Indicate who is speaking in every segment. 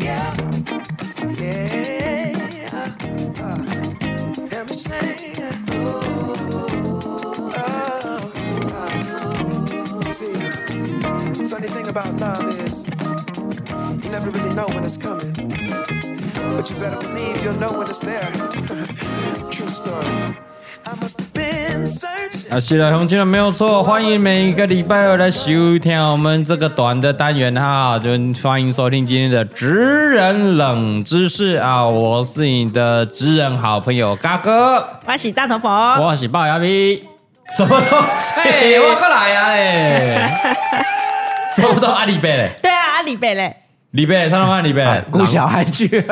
Speaker 1: Yeah, yeah, uh, let me sing. Oh, oh, oh. See, funny thing about love is you never really know when it's coming, but you better believe you'll know when it's there. True story. I must have been searching.
Speaker 2: 啊，是的，红军的没有错，欢迎每一个礼拜二来收听我们这个短的单元哈，就欢迎收听今天的职人冷知识啊，我是你的职人好朋友嘎哥，
Speaker 3: 欢喜大头佛，
Speaker 2: 我是龅牙皮，什么东西？我过来呀、啊、哎，收不到阿里贝嘞，
Speaker 3: 对啊，阿里贝嘞，
Speaker 2: 里贝，上到阿里贝，
Speaker 4: 顾小孩去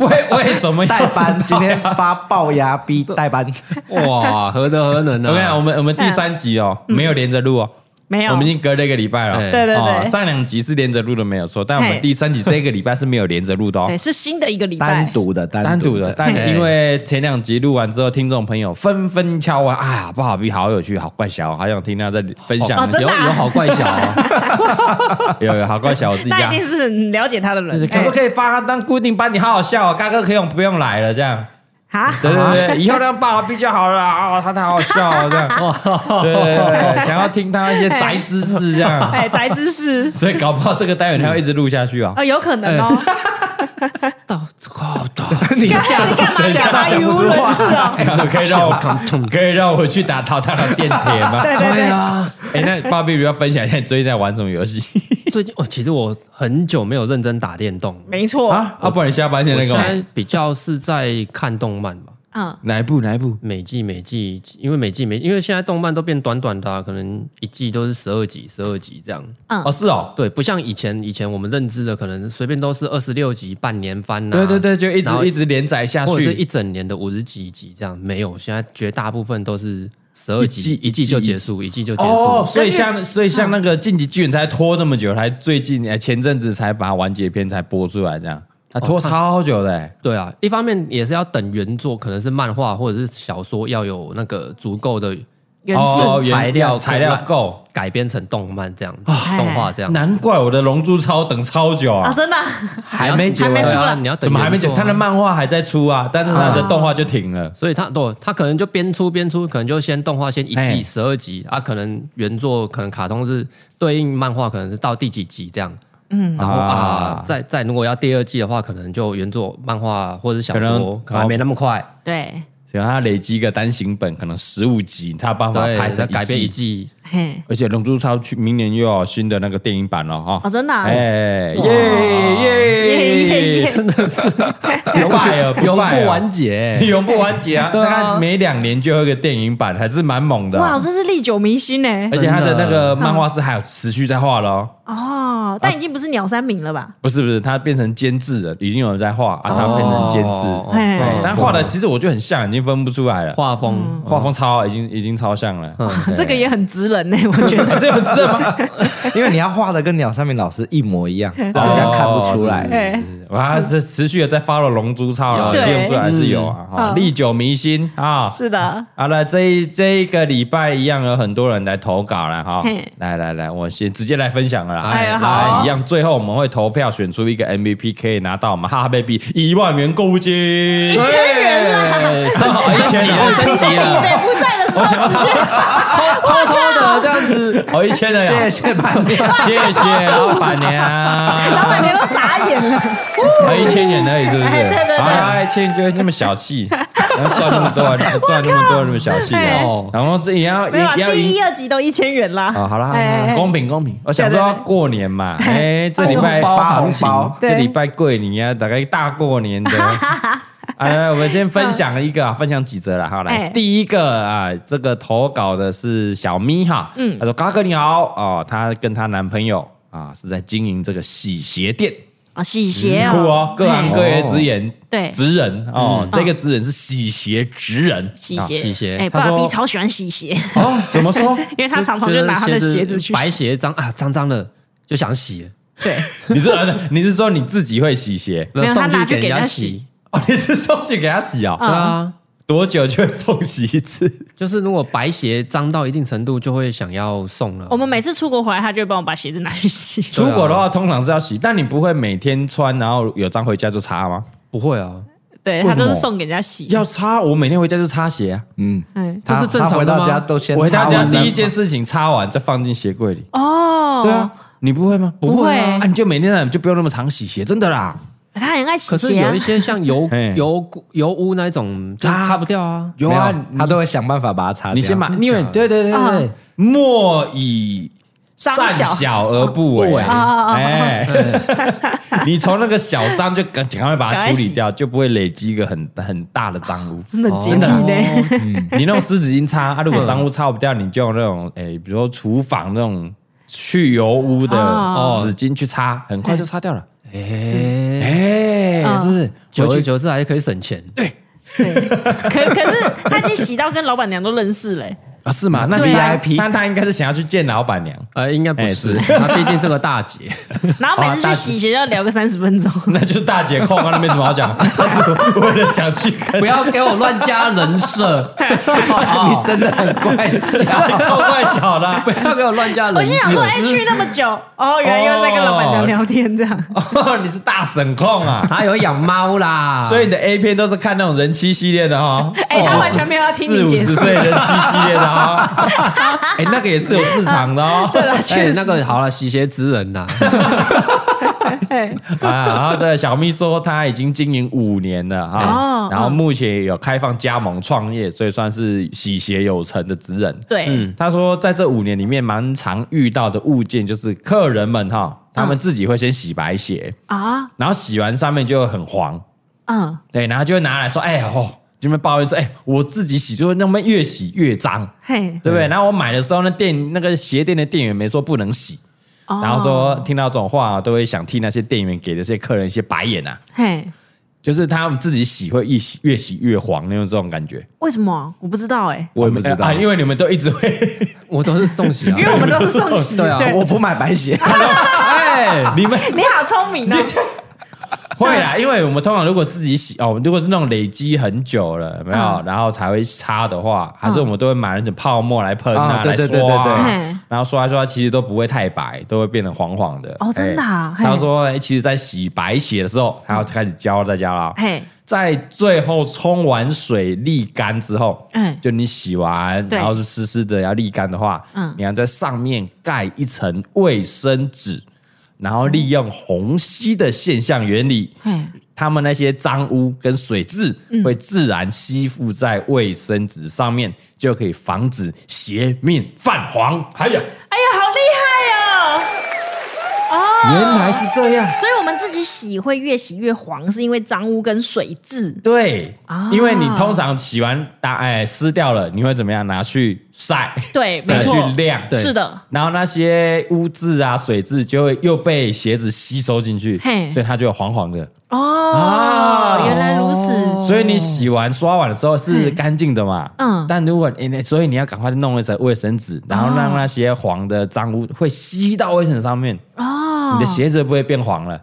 Speaker 2: 为为什么要
Speaker 4: 代 班，
Speaker 2: 知道
Speaker 4: 今天发龅牙逼代 班，哦
Speaker 5: 哇，何德何能
Speaker 2: 我跟你讲，
Speaker 5: 啊！
Speaker 2: 我们我们第三集哦，没有连着录哦。
Speaker 3: 没有，
Speaker 2: 我们已经隔了一个礼拜了。
Speaker 5: 对
Speaker 3: 对对
Speaker 2: 哦
Speaker 3: 对
Speaker 2: 上两集是连着录的没有错，但我们
Speaker 3: 嘿
Speaker 2: 第三集这个礼拜是没有连着录的哦
Speaker 3: 对，是新的一个礼
Speaker 4: 单
Speaker 3: 拜，
Speaker 4: 独的，单
Speaker 2: 单独的。哦但
Speaker 5: 嘿
Speaker 2: 因为前两集录完之后，听众朋友纷纷敲完啊，不好比好有趣，好怪小，好想听他在分
Speaker 3: 哦
Speaker 2: 享。
Speaker 3: 真的啊
Speaker 2: 有有好怪小
Speaker 4: 啊
Speaker 2: 哦，有有好怪小，我自己
Speaker 3: 那
Speaker 2: 家
Speaker 3: 一定是很了解他的人，哎
Speaker 2: 可不
Speaker 3: 以
Speaker 2: 可以把他当固定班？你好好笑哦，嘎哥可以不用来了这样。
Speaker 3: 啊？
Speaker 2: 对对对，以后让爸爸比较好了啊，他太好笑了这样。对对对，想要听他一些宅知识这样。
Speaker 3: 哎，宅 知识
Speaker 2: 所以搞不好这个单元他会一直录下去啊。
Speaker 3: 啊，有可能哦。
Speaker 4: 你
Speaker 3: 吓你干嘛吓他语无伦次 啊？
Speaker 2: 可以 让我可以让我去打淘汰的电铁吗？
Speaker 3: 对对对，
Speaker 5: 啊，
Speaker 2: 哎、那芭比比要分享一下你最近在玩什么游戏
Speaker 5: 最近哦，其实我很久没有认真打电动了，
Speaker 3: 没错，
Speaker 2: 啊？啊，不然你下班前
Speaker 5: 我
Speaker 2: 那
Speaker 5: 现
Speaker 2: 个吗
Speaker 5: 在比较是在看动漫吧。
Speaker 3: 嗯，
Speaker 2: 哪一部哪一部？
Speaker 5: 每季每季，因为每季每因为现在动漫都变短短的、啊，可能一季都是十二集、十二集这样。
Speaker 2: 哦，是哦，
Speaker 5: 对，不像以前以前我们认知的，可能随便都是二十六集、半年番、啊。
Speaker 2: 对对对，就一直
Speaker 5: 然后
Speaker 2: 一直连载下
Speaker 5: 或者是一
Speaker 2: 去，
Speaker 5: 整年的五十几集这样，没有，现在绝大部分都是十二集，
Speaker 2: 一季
Speaker 5: 一季就结束，一季就结束。
Speaker 2: 哦，所以像所以像那个《晋级巨人》才拖那么久，才最近哎前阵子才把完结篇才播出来，这样他拖超久的、哎
Speaker 5: 对啊，一方面也是要等原作，可能是漫画或者是小说，要有那个足够的
Speaker 3: 元
Speaker 2: 哦
Speaker 3: 素，
Speaker 2: 原
Speaker 5: 材料
Speaker 2: 材料够，
Speaker 5: 改编成动漫这样子，
Speaker 3: 哎
Speaker 2: 啊
Speaker 5: 动画这样。
Speaker 2: 难怪我的《龙珠超》等超久
Speaker 3: 啊，
Speaker 2: 啊。
Speaker 3: 真的啊，
Speaker 4: 还没结
Speaker 3: 还没
Speaker 4: 尾
Speaker 3: 出
Speaker 5: 对
Speaker 3: 来
Speaker 5: 啊，你要等
Speaker 2: 怎么还没讲？
Speaker 5: 原
Speaker 2: 他
Speaker 5: 作啊
Speaker 2: 的漫画还在出啊，但是他的动画就停了。
Speaker 5: 所以他对他可能就边出边出，可能就先动画先一
Speaker 2: 哎
Speaker 5: 季十二集啊，可能原作可能卡通是对应漫画，可能是到第几集这样。嗯，然后
Speaker 2: 啊
Speaker 5: 啊，再再如果要第二季的话，可能就原作漫画或者小
Speaker 2: 可能
Speaker 5: 说可能还没那么快，
Speaker 3: 对，
Speaker 2: 所以他累积一个单行本，可能十五集，他有办法拍
Speaker 5: 对，
Speaker 2: 成
Speaker 5: 再
Speaker 2: 一季
Speaker 5: 改编一。季，
Speaker 3: 嘿，
Speaker 2: 而且《龙珠超》去明年又有新的那个电影版了哈
Speaker 3: 哦，。真的啊，
Speaker 2: 哎
Speaker 3: 耶耶
Speaker 2: 耶
Speaker 3: 耶
Speaker 2: 耶！真的是不败哦，
Speaker 5: 永
Speaker 2: 不败
Speaker 5: 不完
Speaker 2: 哦，
Speaker 5: 结。
Speaker 2: 永不完结啊！
Speaker 5: 对
Speaker 2: 大
Speaker 5: 啊
Speaker 2: 概每两年就有一个电影版，还是蛮猛的
Speaker 3: 哇，
Speaker 2: 哦。
Speaker 3: 这是历久弥新呢。欸
Speaker 2: 而且他的
Speaker 5: 真的
Speaker 2: 那个漫画是还有持续在画咯。
Speaker 3: 哦，但已经不是鸟山明了吧？
Speaker 2: 不是不是，他变成监制了，已经有人在画
Speaker 5: 哦
Speaker 2: 啊，他变成监制。
Speaker 3: 哎
Speaker 2: 对
Speaker 3: 哦，
Speaker 2: 但画的其实我就很像，已经分不出来了。
Speaker 5: 画风，
Speaker 2: 画风超已经已经超像了，
Speaker 5: 嗯
Speaker 3: 这个也很直人呢，欸我觉得。
Speaker 2: 这有这吗？
Speaker 4: 因为你要画的跟鸟山明老师一模一样，
Speaker 2: 哦
Speaker 4: 让人家看不出来。
Speaker 3: 哎，
Speaker 2: 哇，是持续的在 follow 龙珠超啊，
Speaker 5: 有
Speaker 2: 信用还是有啊，哈
Speaker 3: 嗯
Speaker 2: 历久弥新啊。
Speaker 3: 是的，
Speaker 2: 好了，这一这一个礼拜一样有很多人来投稿了哈
Speaker 3: 嘿。
Speaker 2: 来来来，我先直接来分享了啦。
Speaker 3: 哎
Speaker 2: 来
Speaker 3: 呀好
Speaker 2: 一样，最后我们会投票选出一个 MVP，可以拿到我们哈哈 baby 一万元购物金。一千元
Speaker 5: 哎
Speaker 2: 了，刚好一千
Speaker 5: 升级
Speaker 2: 了，
Speaker 5: 了
Speaker 3: 在李
Speaker 2: 啊
Speaker 3: 北不在的时候，直接
Speaker 5: 偷偷的这样子，
Speaker 2: 哦一千了
Speaker 5: 哎
Speaker 2: 呀，
Speaker 4: 谢谢板娘，
Speaker 2: 谢谢老板娘，
Speaker 3: 老板娘都傻眼 了。
Speaker 2: 还一千元而已，是不是？
Speaker 3: 哎对对对
Speaker 2: 啊，一千元就会那么小气，然后赚那么多，赚那么多，那么小气
Speaker 3: 哎
Speaker 2: 哦。然后这也要
Speaker 3: 没
Speaker 2: 也
Speaker 3: 有啊，
Speaker 2: 也要
Speaker 3: 第一、
Speaker 2: 赢。
Speaker 3: 二集都一千元啦。
Speaker 2: 哦，好啦，好
Speaker 3: 哎
Speaker 2: 啦
Speaker 3: 哎哎
Speaker 2: 公平公平。我想说要过年 嘛，哎，这礼拜
Speaker 4: 红包
Speaker 2: 发行
Speaker 4: 行
Speaker 2: 情
Speaker 4: 情，
Speaker 3: 对
Speaker 2: 这礼拜过年啊，大概大过年 的。啊，来我们先分享一个啊，分享几则了。好，来
Speaker 3: 嗯哎
Speaker 2: 第一个啊，这个投稿的是小咪哈，嗯，她说：“嘎哥你好，哦，她跟她男朋友啊是在经营这个洗鞋店。
Speaker 3: 啊，洗鞋哎
Speaker 2: 酷哦，各行各业之人，
Speaker 3: 对
Speaker 2: 职人哦，这个职人是洗鞋职人，
Speaker 3: 嗯洗鞋，
Speaker 5: 啊洗鞋
Speaker 3: 哎，
Speaker 2: 他
Speaker 3: 爸
Speaker 2: 说
Speaker 3: 比超喜欢 洗鞋，
Speaker 2: 哦，怎么 说？
Speaker 3: 因为他常常就拿他的鞋子去
Speaker 5: 白
Speaker 3: 洗。
Speaker 5: 鞋脏啊，脏脏的就想洗了，
Speaker 3: 对，
Speaker 2: 你是呃你是说你自己会洗鞋？
Speaker 3: 没有他
Speaker 5: 呃送
Speaker 3: 拿去
Speaker 5: 去给
Speaker 3: 给人
Speaker 5: 人
Speaker 3: 家
Speaker 5: 家
Speaker 3: 洗嗯
Speaker 5: 洗。
Speaker 2: 哦，你是送去给他洗啊、
Speaker 5: 对啊，
Speaker 2: 多久就会送洗一 次？
Speaker 5: 就是如果白鞋脏到一定程度，就会想要送了。
Speaker 3: 我们每次出国回来，他就会帮我把鞋子拿去 洗。
Speaker 2: 出国的话，通常是要洗，但你不会每天穿，然后有脏回家就擦吗？
Speaker 5: 不会啊，
Speaker 3: 对
Speaker 2: 为
Speaker 3: 他
Speaker 2: 什么
Speaker 3: 都是送给人家洗。
Speaker 2: 要擦，我每天回家就擦鞋啊。
Speaker 4: 嗯，
Speaker 3: 嗯，
Speaker 5: 这
Speaker 4: 他
Speaker 5: 是正
Speaker 4: 他
Speaker 5: 常
Speaker 4: 回
Speaker 5: 的
Speaker 4: 到
Speaker 5: 吗
Speaker 4: 家都先
Speaker 2: 回到
Speaker 4: 擦
Speaker 2: 家
Speaker 4: 完
Speaker 2: 第一
Speaker 4: 再
Speaker 2: 件事情擦完，再放进鞋柜里。
Speaker 3: 哦，
Speaker 2: 对啊，你不会吗？
Speaker 3: 不会
Speaker 2: 啊，你就每天你就不用那么常洗鞋，真的啦。
Speaker 3: 他很爱洗
Speaker 5: 可是
Speaker 3: 鞋啊
Speaker 5: 有一。些像油
Speaker 2: 嘿
Speaker 5: 油油污那一种，就
Speaker 2: 擦
Speaker 5: 擦不掉啊。
Speaker 2: 有
Speaker 4: 没
Speaker 2: 啊，
Speaker 4: 他都会想办法把它擦掉。
Speaker 2: 你先把，
Speaker 5: 真的
Speaker 2: 因为
Speaker 5: 假的
Speaker 2: 对对对对对
Speaker 3: 啊，
Speaker 2: 莫以善小而不为，
Speaker 3: 啊
Speaker 2: 哎， 你从那个小脏就赶赶快把它处理掉，就不会累积一个很很大的脏污。
Speaker 3: 真的啊很洁
Speaker 5: 真
Speaker 2: 哦
Speaker 3: 癖
Speaker 5: 的
Speaker 2: 啊
Speaker 3: 呢，
Speaker 5: 哦
Speaker 2: 你那种湿纸巾擦，啊，如果脏污擦不掉，你就用那种哎，比如说厨房那种去油污的
Speaker 3: 哦
Speaker 2: 纸巾去擦，很快就擦掉了。
Speaker 5: 哎，
Speaker 2: 哎，
Speaker 3: 嗯
Speaker 2: 是不是？
Speaker 5: 久而
Speaker 2: 回去
Speaker 5: 久之还可以省钱。
Speaker 3: 对， 可可是他已经洗到跟老板娘都认识欸嘞，
Speaker 2: 啊，是吗？那是
Speaker 3: 对啊
Speaker 2: VIP，但他应该是想要去见老板娘，
Speaker 5: 呃，应该不
Speaker 2: 哎
Speaker 5: 是，
Speaker 2: 是
Speaker 5: 他毕竟是个 大姐。
Speaker 3: 然后每次去洗鞋要聊个三十分钟。
Speaker 2: 那就是大姐控啊，那没什么好讲，他是为了想去跟
Speaker 5: 不要给我乱加人 设，
Speaker 4: 你真的很怪 笑，
Speaker 2: 超怪小的、啊
Speaker 5: 不要给我乱加
Speaker 3: 我
Speaker 5: 人
Speaker 3: 心
Speaker 5: 设。
Speaker 3: 想说，哎，去那么久，哦，原来又在跟老板娘聊天这样。
Speaker 2: 哦， 你是大神控啊！
Speaker 5: 他有养猫啦，
Speaker 2: 所以你的 A 片都是看那种人妻系列的哦，
Speaker 3: 哎，他完全没有要听
Speaker 2: 四
Speaker 3: 你
Speaker 2: 五
Speaker 3: 解
Speaker 2: 十
Speaker 3: 释。
Speaker 2: 岁人妻系列的 哦，哎、那个也是有市场的哦。
Speaker 3: 对了，
Speaker 5: 哎
Speaker 3: 确，实
Speaker 5: 那个好了，洗鞋之人呐，
Speaker 3: 哎
Speaker 2: 啊，然后这小秘说他已经经营五年了啊
Speaker 3: 哦，
Speaker 2: 然后目前有开放加盟创业，所以算是洗鞋有成的职人。
Speaker 3: 对，
Speaker 2: 他说，在这五年里面，蛮常遇到的物件就是客人们哈，他们自己会先洗白鞋，
Speaker 3: 啊，
Speaker 2: 然后洗完上面就很黄，
Speaker 3: 嗯，
Speaker 2: 对，然后就会拿来说，哎、哦，就那边抱怨说，哎、我自己洗，就会那么越洗越脏，
Speaker 3: 嘿，
Speaker 2: 对不对？然后我买的时候，那店那个鞋店的店员没说不能洗，
Speaker 3: 哦
Speaker 2: 然后说听到这种话、都会想替那些店员给这些客人一些白眼啊，
Speaker 3: 嘿，
Speaker 2: 就是他们自己洗会一洗越洗越黄那种这种感觉。
Speaker 3: 为什么我不知道哎？
Speaker 4: 我也不知道
Speaker 2: 啊，因为你们都一直 会，
Speaker 5: 我都是送洗啊
Speaker 3: 因。为我们都是送洗，
Speaker 5: 对啊
Speaker 4: 我不买白鞋，
Speaker 2: 哎，你们
Speaker 3: 你好聪明 哦，
Speaker 2: 会啊，因为我们通常如果自己洗哦，如果是那种累积很久了，有没有，
Speaker 3: 嗯
Speaker 2: 然后才会擦的话，还是我们都会买那种泡沫来喷啊，
Speaker 4: 啊对
Speaker 2: 来
Speaker 4: 对对
Speaker 2: 刷啊
Speaker 4: 对对
Speaker 3: 嘿
Speaker 2: 然后刷来刷去其实都不会太白，都会变得黄黄的。
Speaker 3: 哦真的啊
Speaker 2: 哎
Speaker 3: 嘿
Speaker 2: 他说，哎其实，在洗白鞋的时候，他要开始教大家
Speaker 4: 哎
Speaker 2: 啦。
Speaker 3: 嘿，
Speaker 2: 在最后冲完水沥干之后，
Speaker 3: 嗯
Speaker 2: 就你洗完，
Speaker 3: 对
Speaker 2: 然后是湿湿的要沥干的话，
Speaker 3: 嗯
Speaker 2: 你要在上面盖一层卫生纸，然后利用虹吸的现象原理，
Speaker 3: 嘿，
Speaker 2: 它们那些脏污跟水渍会自然吸附在卫生纸上面，就可以防止鞋面泛黄。还有，
Speaker 3: 哎呀，好厉害哦！
Speaker 4: 原来是这样。
Speaker 3: 所以我们自己洗会越洗越黄，是因为脏污跟水渍。
Speaker 2: 对，
Speaker 3: 啊
Speaker 2: 因为你通常洗完打哎湿掉了，你会怎么样？拿去晒，
Speaker 3: 对，
Speaker 2: 拿
Speaker 3: 没
Speaker 2: 去
Speaker 3: 错，
Speaker 2: 晾，对
Speaker 3: 是的，
Speaker 2: 然后那些污渍啊、水渍就会又被鞋子吸收进去
Speaker 3: 嘿，
Speaker 2: 所以它就黄黄的。
Speaker 3: 哦
Speaker 2: 啊，
Speaker 3: 原来如此，
Speaker 2: 所以你洗完刷完之后是干净的嘛？
Speaker 3: 嗯
Speaker 2: 但如果你、所以你要赶快弄一层卫生纸，然后让那些黄的脏污会吸到卫生纸上面，
Speaker 3: 哦，
Speaker 2: 你的鞋子不会变黄了。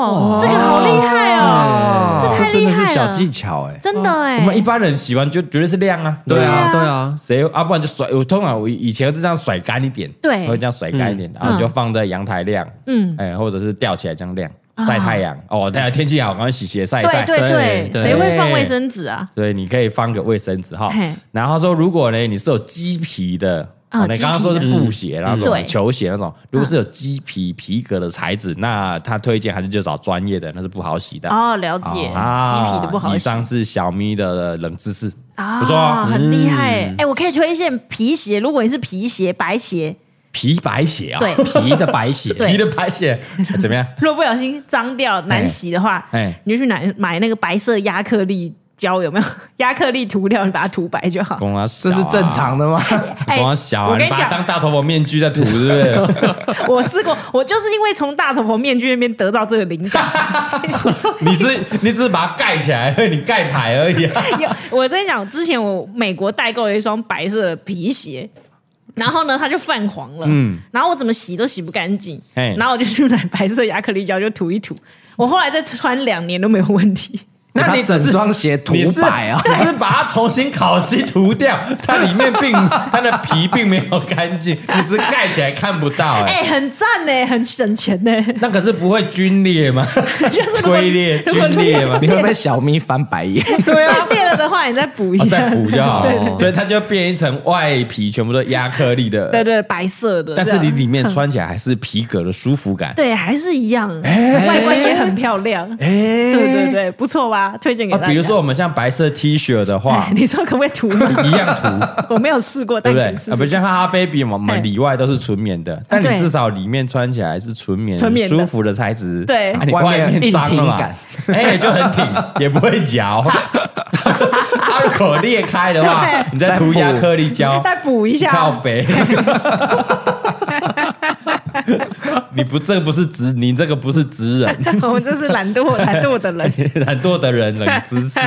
Speaker 3: 哦，这个好厉害哦，这太
Speaker 4: 这真
Speaker 3: 厉
Speaker 4: 的
Speaker 3: 害
Speaker 4: 是
Speaker 3: 了，
Speaker 4: 小技巧哎、
Speaker 3: 真的哎，
Speaker 2: 我们一般人洗完就绝对是亮啊，
Speaker 5: 对
Speaker 3: 对啊
Speaker 5: 啊，对啊，
Speaker 2: 谁啊？不然就甩，我通常我以前是这样甩干一点，
Speaker 3: 对
Speaker 2: 我会这样甩干一点，然啊后你就放在阳台晾，
Speaker 3: 嗯啊
Speaker 2: 嗯，哎，或者是吊起来这样晾，晒太阳。哦，太阳天气好，赶快洗鞋晒一晒
Speaker 3: 对。对
Speaker 5: 对
Speaker 3: 对，
Speaker 5: 对
Speaker 3: 谁会放卫生纸啊？
Speaker 2: 对，你可以放个卫生纸哈
Speaker 3: 嘿。
Speaker 2: 然后说，如果呢你是有鸡皮的，
Speaker 3: 啊
Speaker 2: 哦你刚刚说是布鞋那
Speaker 3: 嗯对嗯
Speaker 2: 种球鞋那种，如果是有鸡皮皮革的材质，那他推荐还是就找专业的，那是不好洗的。
Speaker 3: 哦，了解，鸡
Speaker 2: 啊
Speaker 3: 皮的不好
Speaker 2: 以
Speaker 3: 洗
Speaker 2: 上是小咪的冷知识，
Speaker 3: 啊
Speaker 2: 不错哦
Speaker 3: 很厉害哎，我可以推荐皮鞋，如果你是皮鞋、白鞋，
Speaker 2: 皮白鞋啊，
Speaker 3: 对
Speaker 5: 皮的白鞋，
Speaker 3: 对
Speaker 2: 皮的白鞋怎么样？
Speaker 3: 如果不小心脏掉难洗的话
Speaker 2: 哎哎，
Speaker 3: 你就去买买那个白色亚克力胶有没有 亚克力涂料，你把它涂白就好。
Speaker 2: 公啊，
Speaker 4: 这是正常
Speaker 2: 的。
Speaker 4: 的吗？
Speaker 3: 哎
Speaker 2: 公啊小啊，
Speaker 3: 我跟
Speaker 2: 你
Speaker 3: 你
Speaker 2: 把它
Speaker 3: 讲
Speaker 2: 当大头佛面具在涂，是不 是？
Speaker 3: 我试过，我就是因为从大头佛面具那边得到这个灵感。
Speaker 2: 你只你只是把它盖起来，你盖牌而已 啊。
Speaker 3: 有，哎我跟你讲，之前我美国代购了一双白色的皮鞋，然后呢，它就泛黄了，嗯，然后我怎么洗都洗不干净，
Speaker 2: 嘿
Speaker 3: 然后我就去买白色亚克力胶就涂一涂，我后来再穿两年都没有问题。
Speaker 4: 那你整双鞋涂
Speaker 2: 你是
Speaker 4: 白 啊？
Speaker 2: 你是把它重新烤漆涂掉，它里面并 它的皮并没有干净，你只是盖起来看不到、哎、
Speaker 3: 哎、很赞呢、很省钱呢、
Speaker 2: 那可是不会皲裂吗？
Speaker 3: 就是如果
Speaker 2: 龟裂、
Speaker 3: 如果
Speaker 2: 皲裂吗？
Speaker 4: 你会被小咪翻白眼？
Speaker 3: 对 啊，裂了的话你再补 一
Speaker 2: 哦
Speaker 3: 下，
Speaker 2: 再补就好
Speaker 3: 对对，
Speaker 2: 所以它就变一层外皮全部都亚克力的，
Speaker 3: 对对，白色的这
Speaker 2: 但
Speaker 3: 样，嗯
Speaker 2: 是你里面穿起来还是皮革的舒服感。
Speaker 3: 对还是一样，外观也很漂亮，
Speaker 2: 哎，
Speaker 3: 对对对，不错吧？推荐给
Speaker 2: 啊
Speaker 3: 大家。，
Speaker 2: 比如说我们像白色 T 恤的话
Speaker 3: 哎，，你说可不可以涂吗？
Speaker 2: 一样 涂，
Speaker 3: 我没有试过，
Speaker 2: 对
Speaker 3: 但
Speaker 2: 不
Speaker 3: 可
Speaker 2: 对？
Speaker 3: 以试
Speaker 2: 啊，
Speaker 3: 试
Speaker 2: 不像哈哈 baby 嘛，我们
Speaker 3: 哎啊
Speaker 2: 里外都是纯棉的，但你
Speaker 3: 对
Speaker 2: 至少里面穿起来是纯棉、
Speaker 3: 纯棉的
Speaker 2: 舒服的材质，
Speaker 3: 对
Speaker 2: 啊你
Speaker 4: 外面
Speaker 2: 外面脏了嘛
Speaker 4: 硬，
Speaker 2: 哎，就很 挺，也不会嚼。它如果裂开的话
Speaker 3: 对，
Speaker 2: 你再涂亚克力胶，
Speaker 3: 再补一下。
Speaker 2: 靠 北。 你不，这个不是直，你这个不是直人，
Speaker 3: 我们这是懒 惰懒惰的人。
Speaker 2: 懒惰的人冷知 识。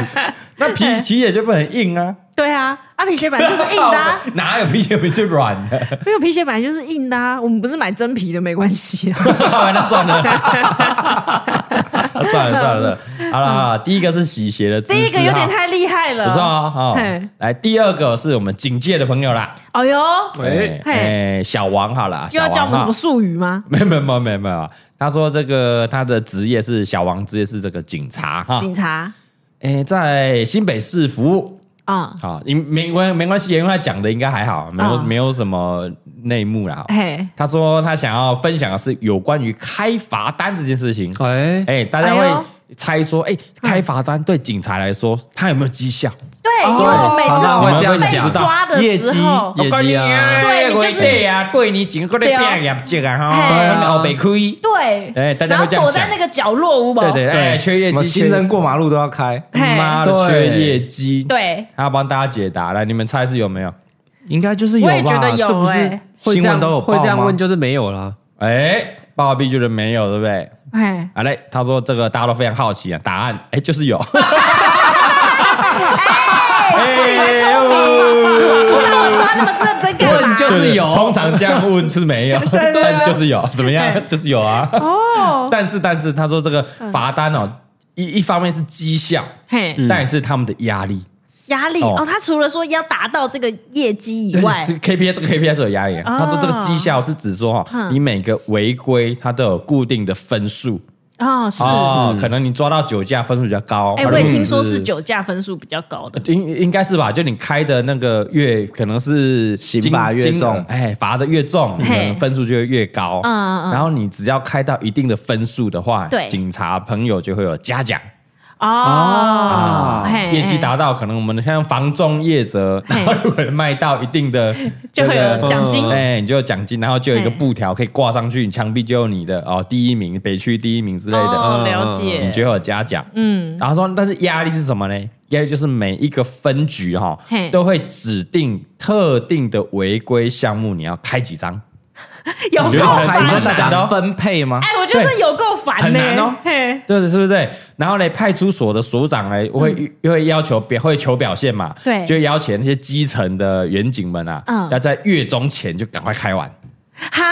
Speaker 2: 那皮皮也就不很硬啊，
Speaker 3: 对啊，啊皮鞋本来就是硬的、啊，
Speaker 2: 哪有皮鞋比最软 的？
Speaker 3: 没有皮鞋本来就是硬的、啊。我们不是买真皮的，没 关系、啊。
Speaker 2: 那算 了，算了算了，好了好了，第一个是洗鞋的知
Speaker 3: 嗯第一
Speaker 2: 识啊
Speaker 3: 个有
Speaker 2: 哈
Speaker 3: 点。太厉害了。
Speaker 2: 不错啊，好
Speaker 3: 嘿，
Speaker 2: 来第二个是我们警戒的朋友啦，
Speaker 3: 哎呦，
Speaker 2: 哎
Speaker 3: 嘿
Speaker 2: 哎，小王好了，
Speaker 3: 又要
Speaker 2: 小王
Speaker 3: 教我们
Speaker 2: 哈
Speaker 3: 什么术语吗？
Speaker 2: 没有没有没有没有没有，他说这个他的职业是小王，职业是这个警察哈，
Speaker 3: 警察
Speaker 2: 诶，在新北市服务。
Speaker 3: 啊，
Speaker 2: 好，你没关没关系，因为他讲的应该还好，没有、
Speaker 3: 嗯
Speaker 2: 没有什么内幕啦。
Speaker 3: 嘿，
Speaker 2: 他说他想要分享的是有关于开罚单这件事情。
Speaker 5: 哎，
Speaker 2: 哎、大家
Speaker 3: 哎呦
Speaker 2: 会猜说，哎、开罚单对警察来说，他有没有绩效？
Speaker 3: 对，因为我每
Speaker 5: 常常会这样
Speaker 3: 次
Speaker 5: 讲
Speaker 3: 哦被抓的
Speaker 4: 业
Speaker 3: 时
Speaker 4: 绩
Speaker 3: 候，
Speaker 5: 业绩啊，
Speaker 3: 对你就是
Speaker 2: 对啊，对你整个的
Speaker 3: 对哦
Speaker 2: 变业绩啊，
Speaker 3: 嘿
Speaker 2: 哈，后背亏。
Speaker 3: 对，
Speaker 2: 哎大家
Speaker 3: 然后
Speaker 2: 会这样
Speaker 3: 躲在
Speaker 2: 想
Speaker 3: 那个角落，无宝
Speaker 2: 对对，哎、缺业
Speaker 4: 什
Speaker 2: 绩，
Speaker 4: 么
Speaker 2: 缺
Speaker 4: 行人过马路都要开，
Speaker 3: 嘿
Speaker 2: 妈的
Speaker 5: 对
Speaker 2: 缺业绩，
Speaker 3: 对，
Speaker 2: 他要帮大家解答，来，你们猜是有没有？
Speaker 4: 应该就是有
Speaker 3: 我也觉
Speaker 4: 吧？
Speaker 3: 得有
Speaker 4: 这不是
Speaker 3: 哎
Speaker 5: 会
Speaker 4: 新
Speaker 5: 这
Speaker 4: 闻
Speaker 5: 样
Speaker 4: 都有
Speaker 5: 会这样
Speaker 4: 报吗
Speaker 5: 问就是没有啦。
Speaker 2: 哎、爸爸 B 觉得没有，对不对？
Speaker 3: 哎，
Speaker 2: 好嘞，他说这个大家都非常好奇啊，答案哎就是有。哎
Speaker 3: 不然我抓那么认真干嘛
Speaker 5: 问？就是 有，
Speaker 2: 通常这样问是没 有，但就是有，怎么样？就是有啊。哦， 但是但是他说这个
Speaker 3: 嗯
Speaker 2: 罚单哦，一一方面是绩效，
Speaker 3: 嘿，
Speaker 2: 但也是他们的压力。
Speaker 3: 压力
Speaker 2: 哦
Speaker 3: 哦，他除了说要达到这个业绩以
Speaker 2: 对
Speaker 3: 外，
Speaker 2: 是 KPI 这个 KPI 是有压力的。
Speaker 3: 哦
Speaker 2: 他说这个绩效是指说哈，
Speaker 3: 嗯
Speaker 2: 你每个违规它都有固定的分数
Speaker 3: 哦，是，
Speaker 2: 哦，可能你抓到酒驾分数比较高。
Speaker 3: 哎，
Speaker 2: 那
Speaker 3: 我也
Speaker 2: 如果
Speaker 3: 听说是酒驾分数比较高的，
Speaker 2: 呃应应该是吧？就你开的那个越可能是
Speaker 4: 刑
Speaker 2: 金
Speaker 4: 罚越
Speaker 2: 金额
Speaker 4: 重
Speaker 2: 哎，罚的越重，你
Speaker 3: 嘿
Speaker 2: 可能分数就会越高。
Speaker 3: 嗯嗯嗯
Speaker 2: 然后你只要开到一定的分数的话，
Speaker 3: 对
Speaker 2: 警察朋友就会有嘉奖
Speaker 3: 哦，嘿
Speaker 2: 业绩达到可能我们的像防重业者，
Speaker 3: 嘿
Speaker 2: 然后如果卖到一定的
Speaker 3: 就会有
Speaker 2: 这个
Speaker 3: 奖金
Speaker 2: 哎，你就有奖金，然后就有一个
Speaker 3: 嘿
Speaker 2: 布条可以挂上去，你墙壁就有你的哦，第一名北区第一名之类的，
Speaker 3: 哦，
Speaker 2: 嗯
Speaker 3: 了
Speaker 2: 你
Speaker 3: 解，
Speaker 2: 就会有嘉奖。嗯，然后说，但是压力是什么呢？压力就是每一个分局哈、
Speaker 3: 嘿
Speaker 2: 都会指定特定的违规项目，你要开几张，
Speaker 3: 有
Speaker 2: 你就
Speaker 3: 够
Speaker 2: 很
Speaker 4: 还
Speaker 3: 烦
Speaker 4: 是
Speaker 2: 很，
Speaker 4: 大家分配吗？
Speaker 3: 哎，我觉得这有够烦
Speaker 2: 很
Speaker 3: 呢
Speaker 2: 难哦，
Speaker 3: 嘿，
Speaker 2: 对，是不是？然后呢，派出所的所长呢，会、会要求表会求表现嘛，
Speaker 3: 嗯对
Speaker 2: 就要求那些基层的员警们啊，
Speaker 3: 嗯
Speaker 2: 要在月中前就赶快开完，
Speaker 3: 哈，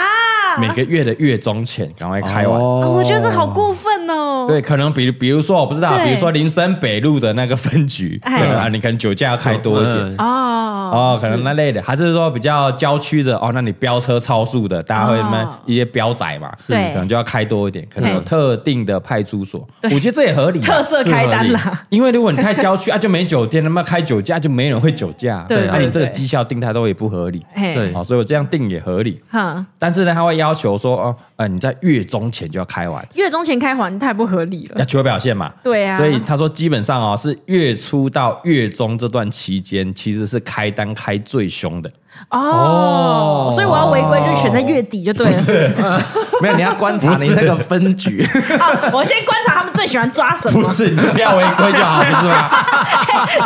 Speaker 2: 每个月的月中前赶快开完。
Speaker 4: 哦
Speaker 3: 我觉得这好过分哦，
Speaker 2: 对，可能比如比如说我不知道，
Speaker 3: 对
Speaker 2: 比如说林森北路的那个分局，可
Speaker 3: 哎
Speaker 2: 能啊，你可能酒驾要开多一点，
Speaker 5: 嗯
Speaker 3: 哦
Speaker 2: 哦，，可能那类的，还是说比较郊区的哦，那你飙车超速的，大家会那
Speaker 3: 哦
Speaker 2: 一些飙仔嘛，
Speaker 3: 对
Speaker 2: 可能就要开多一点，可能有
Speaker 3: 嘿
Speaker 2: 特定的派出所，
Speaker 3: 对
Speaker 2: 我觉得这也合理啊，
Speaker 3: 特色开单
Speaker 2: 是合理
Speaker 3: 啦，
Speaker 2: 因为如果你太郊区啊，就没酒店，那么开酒驾就没人会酒驾，
Speaker 3: 对
Speaker 2: 那
Speaker 3: 对
Speaker 2: 你这个
Speaker 3: 对
Speaker 2: 绩效定太多也不合理，哦
Speaker 3: 嘿
Speaker 5: 对，
Speaker 2: 好，所以我这样定也合理，
Speaker 3: 哈，
Speaker 2: 但是呢，他会要求说哦，呃，你在月中前就要开完，
Speaker 3: 月中前开还太不合理
Speaker 2: 要
Speaker 3: 了，
Speaker 2: 求表现嘛，
Speaker 3: 对啊，
Speaker 2: 所以他说，基本上哦，是月初到月中这段期间，其实是开单开最凶的。
Speaker 3: 哦，所以我要违规就选在月底就对了。
Speaker 4: 没有，你要观察你那个分局，
Speaker 3: 啊，我先观察他们最喜欢抓什么
Speaker 2: 不，是，你啊就不要违规就好，不是 吗？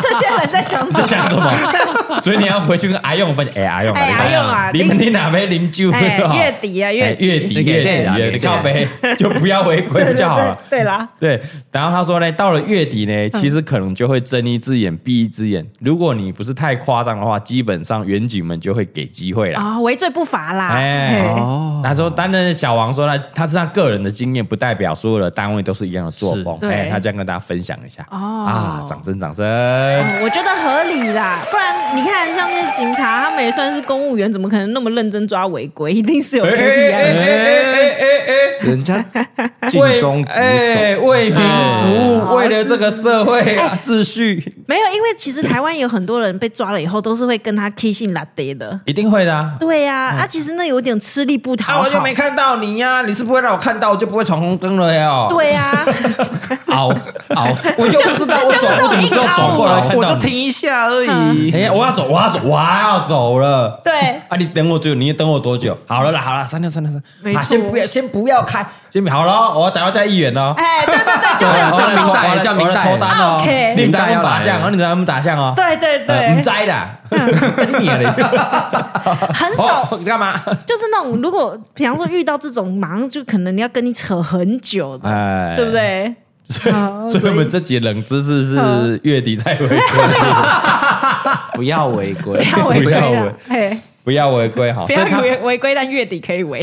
Speaker 3: 这些人在想
Speaker 2: 在
Speaker 3: 什么？
Speaker 2: 想什么？所以你要回去跟阿勇分，哎，阿勇，
Speaker 3: 哎阿勇啊
Speaker 2: 你们你哪杯零酒？
Speaker 3: 哎，月底啊，
Speaker 2: 哎
Speaker 3: 月底
Speaker 2: 月底
Speaker 5: 那个
Speaker 2: 月
Speaker 5: 对
Speaker 2: 底
Speaker 5: 啦
Speaker 2: 月底
Speaker 5: 对
Speaker 2: 靠背 就不要违规就好了。
Speaker 3: 对对对对嗯啦，
Speaker 2: 对，然后他说呢，到了月底呢，其实可能就会睁一只眼闭一只眼。如果你不是太夸张的话，基本上远景们就会给机会啦。
Speaker 3: 啊，围罪不罚啦。
Speaker 2: 哎
Speaker 3: 嘿，
Speaker 2: 哦，那时候担任小王说呢，他是他个人的经验，不代表所有的单位都是一样的作风。
Speaker 3: 是
Speaker 2: 哎，
Speaker 3: 对
Speaker 2: 他这样跟大家分享一下。
Speaker 3: 哦
Speaker 2: 啊，掌声掌声！
Speaker 3: 哦我觉得合理啦，不然你看，像那些警察，他们也算是公务员，怎么可能那么认真抓违规？一定是有啊 KPI 的。
Speaker 2: 哎
Speaker 4: 人家尽
Speaker 2: 为
Speaker 4: 忠职守。
Speaker 2: 哎为民服务，为了这个社 会啊秩序，
Speaker 3: 没有，因为其实台湾有很多人被抓了以后，都是会跟他 K 信拉爹的。
Speaker 2: 一定会的啊。
Speaker 3: 对呀、啊，其实那有点吃力不
Speaker 2: 啊，
Speaker 3: 讨
Speaker 2: 我就
Speaker 3: 好。
Speaker 2: 没看到你呀、你是不会让我看到，我就不会闯红灯了哟。，
Speaker 3: 对 呀、
Speaker 2: 熬熬，我就不知道我走路怎么只有走过来看
Speaker 4: 我
Speaker 2: 到
Speaker 4: 就
Speaker 2: 你。
Speaker 4: 听一下而已。
Speaker 3: 嗯
Speaker 2: 哎、我要走，我要走，我要走了。
Speaker 3: 对
Speaker 2: 啊，你等我多久？你等我多久？好了啦，好了，删掉，删掉，删
Speaker 3: 没
Speaker 2: 掉。
Speaker 3: 错
Speaker 2: 啊，先不要，先不要开，先不好了，我要打到在议员哦。
Speaker 3: 哎，对对对，就会有
Speaker 2: 我
Speaker 3: 这
Speaker 2: 来抽
Speaker 3: 种。
Speaker 2: 我
Speaker 5: 明代
Speaker 2: 来
Speaker 5: 叫明
Speaker 2: 我来
Speaker 5: 代
Speaker 2: 抽单哦。
Speaker 3: 啊 OK
Speaker 2: 你们
Speaker 5: 明代
Speaker 2: 咱们
Speaker 5: 要
Speaker 2: 打
Speaker 5: 来
Speaker 2: 象，哦，你们咱们打象哦。
Speaker 3: 对对
Speaker 2: 呃，
Speaker 3: 对嗯
Speaker 2: 唔，摘啦， 你啦，
Speaker 3: 很少，
Speaker 2: 哦干嘛？
Speaker 3: 就是那种如果比方说遇到这种，马上就可能你要跟你扯很久的，
Speaker 2: 哎
Speaker 3: 对不？对？啊
Speaker 2: 所以
Speaker 3: 所以
Speaker 2: 我们这集冷知识是
Speaker 3: 嗯
Speaker 2: 月底再 回归，
Speaker 4: 不要违规，
Speaker 3: 要违
Speaker 2: 不
Speaker 3: 规
Speaker 2: 要
Speaker 3: 啊
Speaker 2: 违，
Speaker 3: 哎，
Speaker 2: 不要违规哈，
Speaker 3: 不
Speaker 2: 哦所以
Speaker 3: 要
Speaker 2: 他
Speaker 3: 违违规，但月底可以违。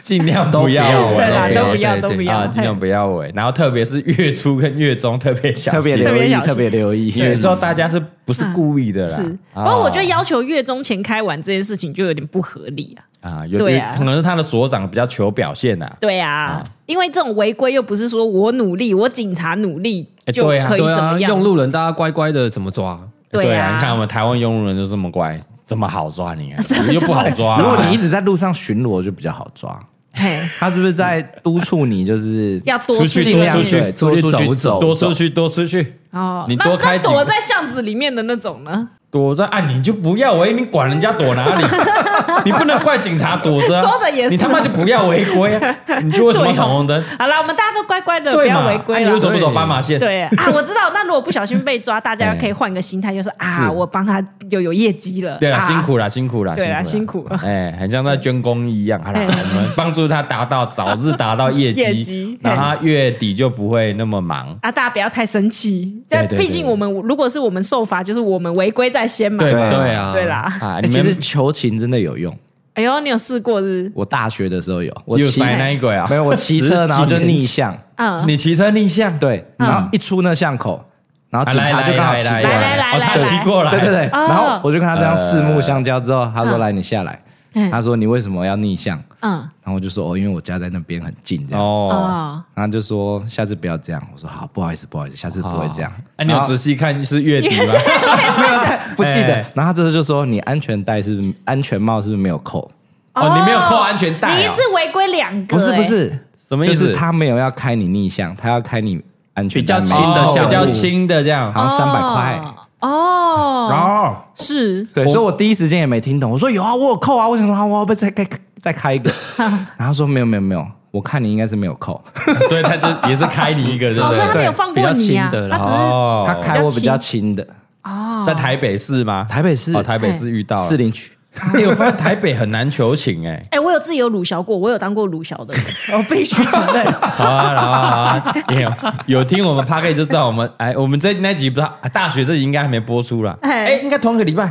Speaker 2: 尽量
Speaker 5: 都
Speaker 2: 不
Speaker 5: 不
Speaker 2: 要
Speaker 5: 要
Speaker 3: 对啦，
Speaker 2: 违
Speaker 3: 都不要，
Speaker 5: 对对
Speaker 3: 都不
Speaker 5: 对
Speaker 3: 要，
Speaker 2: 啊，尽量
Speaker 3: 嘿
Speaker 2: 不要违。然后特别是月初跟月中特别小
Speaker 4: 特别
Speaker 2: 心，
Speaker 4: 留
Speaker 3: 别
Speaker 4: 意，
Speaker 3: 小心
Speaker 4: 特别留意。
Speaker 2: 有时候大家是不是故意的啦？
Speaker 3: 是，不
Speaker 2: 啊
Speaker 3: 过我觉得要求月中前开完这件事情就有点不合理啊。
Speaker 2: 啊，有
Speaker 3: 对
Speaker 2: 有
Speaker 3: 啊
Speaker 2: 可能是他的所长比较求表现呐。
Speaker 3: 对啊，因为这种违规又不是说我努力，我警察努力
Speaker 2: 哎
Speaker 3: 就
Speaker 2: 对啊
Speaker 3: 可以
Speaker 5: 对
Speaker 3: 怎
Speaker 5: 啊，
Speaker 3: 么样？
Speaker 5: 用路人大家乖乖的怎么抓？
Speaker 3: 对
Speaker 2: 啊，
Speaker 3: 啊，
Speaker 2: 你看我们台湾佣人就这么乖，这么好抓你啊，
Speaker 3: 这么
Speaker 2: 又不好抓啊。
Speaker 4: 如果你一直在路上巡逻，就比较好抓。
Speaker 3: 嘿
Speaker 4: 他是不是在督促你？就是
Speaker 3: 要多
Speaker 2: 出去
Speaker 3: 尽量
Speaker 2: 多出去
Speaker 4: 对多
Speaker 5: 多出去
Speaker 4: 走
Speaker 5: 走
Speaker 2: 多出去，多出去，
Speaker 3: 哦，
Speaker 2: 你
Speaker 3: 那
Speaker 2: 多
Speaker 3: 那
Speaker 2: 开几
Speaker 3: 躲在巷子里面的那种呢？
Speaker 2: 躲在啊，你就不要违，你管人家躲哪里？你不能怪警察躲着啊，
Speaker 3: 说得也是
Speaker 2: 你他妈就不要违规啊！你就为什么要闯红灯？
Speaker 3: 好啦，我们大家都乖乖的，不
Speaker 2: 对嘛？
Speaker 3: 要违
Speaker 2: 啊
Speaker 3: 规
Speaker 2: 你为什
Speaker 3: 了。
Speaker 2: 么不走斑马线？
Speaker 3: 对啊，我知道。那如果不小心被抓，大家可以换个心态，就说
Speaker 2: 是
Speaker 3: 啊，我帮他又有业绩了。
Speaker 2: 对啦，
Speaker 3: 啊
Speaker 2: 辛苦啦，辛苦啦，
Speaker 3: 对啦辛苦哎
Speaker 2: 哎，很像在捐公益一样。好啦，我们帮助他达 到早日达到业
Speaker 3: 业
Speaker 2: 绩
Speaker 3: 绩，
Speaker 2: 然后他月底就不会那么忙。
Speaker 3: 啊！大家不要太生气，
Speaker 2: 对
Speaker 3: 但
Speaker 2: 对
Speaker 3: 毕
Speaker 2: 对
Speaker 3: 竟我们如果是我们受罚，就是我们违规在先嘛。
Speaker 2: 对嘛
Speaker 5: 对啊，
Speaker 3: 对，啦，
Speaker 2: 啊，
Speaker 4: 哎
Speaker 2: 你
Speaker 4: 其实
Speaker 2: 们
Speaker 4: 求情真的有用。
Speaker 3: 哎呦，你有试过是不是？
Speaker 4: 我大学的时候有，我
Speaker 2: 又
Speaker 4: 骑
Speaker 2: 塞那一鬼啊？
Speaker 4: 没有，我骑
Speaker 2: 十几
Speaker 4: 车
Speaker 2: 年
Speaker 4: 然后就逆
Speaker 2: 前
Speaker 4: 向，
Speaker 3: 嗯，
Speaker 2: 你骑车逆向，
Speaker 4: 对，然后一出那巷口，然啊后警
Speaker 2: 啊
Speaker 4: 察就刚好骑过
Speaker 3: 来来来
Speaker 2: 哦他骑过来，
Speaker 4: 对对对，
Speaker 3: 哦
Speaker 4: 然后我就跟他这样四目相交之后，他说：“来，你下来。”
Speaker 3: 嗯
Speaker 4: 他说：“你为什么要逆向？”
Speaker 3: 嗯
Speaker 4: 然后我就说：“哦，因为我家在那边很近。”这样，
Speaker 2: 哦。
Speaker 3: 哦，
Speaker 4: 然后就说：“下次不要这样。”我说：“好，不好意思，不好意思，下次不会这样。”
Speaker 2: 哎，你有
Speaker 4: 然后
Speaker 2: 仔细看是月底 吗？
Speaker 4: 没有 不记得
Speaker 2: 哎。
Speaker 4: 然后他这次就说：“你安全带是不是安全帽是不是没有扣
Speaker 2: 哦，你没有扣安全带哦，
Speaker 3: 你一次违规两个，？”
Speaker 4: 不是
Speaker 3: 哎
Speaker 4: 不，是，
Speaker 2: 什么意思
Speaker 4: 就是他没有要开你逆向，他要开你安全带
Speaker 5: 比
Speaker 4: 没
Speaker 5: 较
Speaker 4: 有
Speaker 5: 轻的
Speaker 4: 扣
Speaker 2: 哦
Speaker 5: 项目
Speaker 2: 比较轻的这样。
Speaker 4: 好像三百块。
Speaker 3: 哎哦，
Speaker 2: 然后
Speaker 3: 是
Speaker 4: 对，所以我第一时间也没听懂。我说有啊，我有扣啊，我想说啊，我要不要再开再开一 个？然后他说没有没有没有，我看你应该是没有扣，
Speaker 2: 所以他就也是开你一个，对
Speaker 3: 哦，
Speaker 2: 不
Speaker 3: 所以他
Speaker 2: 对？
Speaker 3: 没有放过你啊，
Speaker 5: 比较新的
Speaker 3: 他
Speaker 5: 啦
Speaker 3: 只是
Speaker 2: 哦，
Speaker 4: 他开我比较轻的，
Speaker 2: 在台北市吗？
Speaker 4: 台北市
Speaker 2: 哦，台北市遇到了
Speaker 4: 士。林区，
Speaker 2: 哎，我发现台北很难求情哎。
Speaker 3: 哎，我有自己有乳小过，我有当过乳小的人， 我必须承认。
Speaker 2: 好啊，好啊，好啊，有有听我们 p a 就知道我们哎，我们这那集不知道啊大学这集应该还没播出啦。
Speaker 3: 哎
Speaker 2: 哎，应该同一个礼拜，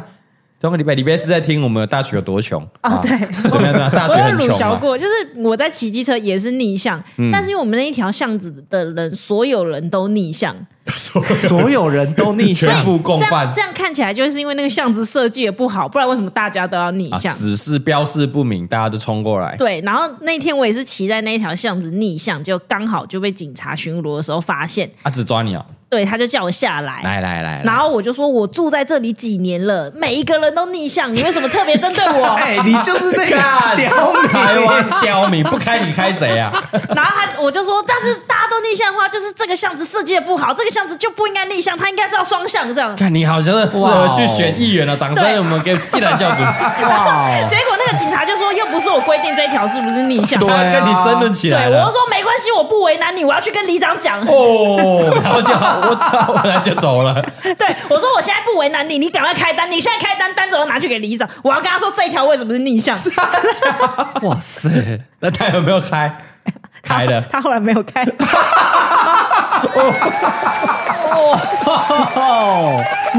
Speaker 2: 同一个礼拜礼拜四在听我们大学有多穷
Speaker 3: 哦，对，
Speaker 2: 怎么样？怎么样？大
Speaker 3: 我
Speaker 2: 学
Speaker 3: 有
Speaker 2: 很
Speaker 3: 乳
Speaker 2: 穷啊嗯
Speaker 3: 小
Speaker 2: 嘛。
Speaker 3: 过，就是我在骑机车也是逆向，但是因为我们那一条巷子的人，所有人都逆向，
Speaker 4: 所有人都逆向
Speaker 2: 全。部共
Speaker 3: 这样
Speaker 2: 犯
Speaker 3: 这样看起来就是因为那个巷子设计的不好，不然为什么大家都要逆
Speaker 2: 啊，
Speaker 3: 向？
Speaker 2: 只是标示不明，大家就冲过来。
Speaker 3: 对，然后那天我也是骑在那一条巷子逆向，就刚好就被警察巡逻的时候发现，
Speaker 2: 啊，只抓你 哦，
Speaker 3: 对，他就叫我下来，
Speaker 2: 来来来，
Speaker 3: 然后我就说我住在这里几年了，每一个人都逆向，你为什么特别针对我？
Speaker 4: 哎，你就是 那个
Speaker 2: 干
Speaker 4: 刁民，
Speaker 2: 台湾刁民不开你开谁啊？
Speaker 3: 然后他我就说，但是大家都逆向的话，就是这个巷子设计的不好，这个巷子就不应该逆向，它应该是要双向这样。
Speaker 2: 看你好像是适合去选议员了，掌声
Speaker 3: 对
Speaker 2: 我们给西兰教主。哇，
Speaker 3: 结果那个警察就说，又不是我规定这一条是不是逆向。
Speaker 2: 他跟你争论起
Speaker 3: 对，
Speaker 2: 来
Speaker 3: 我就
Speaker 2: 了。
Speaker 3: 说没关系，我不为难你，我要去跟里长讲。
Speaker 2: 哦，然后就我操，然后就走了。
Speaker 3: 对，我说我现在不为难你，你赶快开单，你现在开单，单子我拿去给里长，我要跟他说这一条为什么是逆向。
Speaker 5: 哇 塞，
Speaker 2: 那他有没有开？开了，
Speaker 3: 他后来没有开，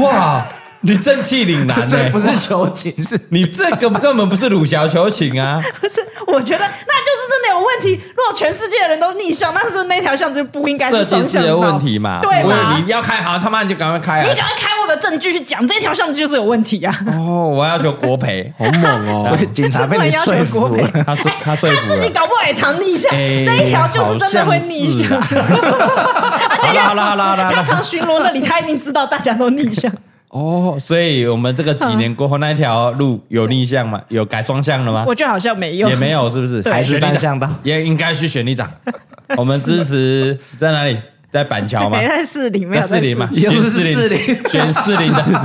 Speaker 2: 哇！你正气凛 然
Speaker 4: 所
Speaker 2: 呢、
Speaker 4: 以不是求情，是
Speaker 2: 你这个根本不是鲁小求情 啊！
Speaker 3: 不是，我觉得那就是真的有问题。如果全世界的人都逆向，那是不是那条巷子就不应该
Speaker 2: 设
Speaker 3: 是
Speaker 2: 计
Speaker 3: 双
Speaker 2: 师
Speaker 3: 向
Speaker 2: 的
Speaker 3: 道
Speaker 2: 问题嘛，
Speaker 3: 对
Speaker 2: 不是
Speaker 3: 吧？
Speaker 2: 你要开好，他妈你就赶快开
Speaker 3: 你
Speaker 2: 啊！
Speaker 3: 赶快开我的证据去讲，这条巷子就是有问题啊！
Speaker 2: 哦，我要求国赔，好猛
Speaker 4: 所以警察被你
Speaker 3: 是不能
Speaker 4: 说
Speaker 3: 要求
Speaker 4: 服
Speaker 3: 国赔
Speaker 4: 了。
Speaker 2: 他说他说
Speaker 3: 他自己搞不好也常逆向，
Speaker 2: 啊哎
Speaker 3: 那一条就是真的会逆向。
Speaker 2: 好啊
Speaker 3: 而且
Speaker 2: 好啦好啦好啦好啦
Speaker 3: 他常巡逻那里，他一定知道大家都逆 向。
Speaker 2: 哦，所以我们这个几年过后，那一条路有逆向吗？有改双向了吗？
Speaker 3: 嗯我觉得好像没有，
Speaker 2: 也没有，是不是？
Speaker 3: 对
Speaker 4: 还是
Speaker 2: 选里长
Speaker 4: 单向道
Speaker 2: 也应该去选里长。 我们支持在哪里？在板桥吗
Speaker 3: 没？在市里，
Speaker 2: 在
Speaker 3: 没有
Speaker 2: 士林嘛，
Speaker 4: 又
Speaker 2: 选
Speaker 4: 是
Speaker 2: 士林，选士林的，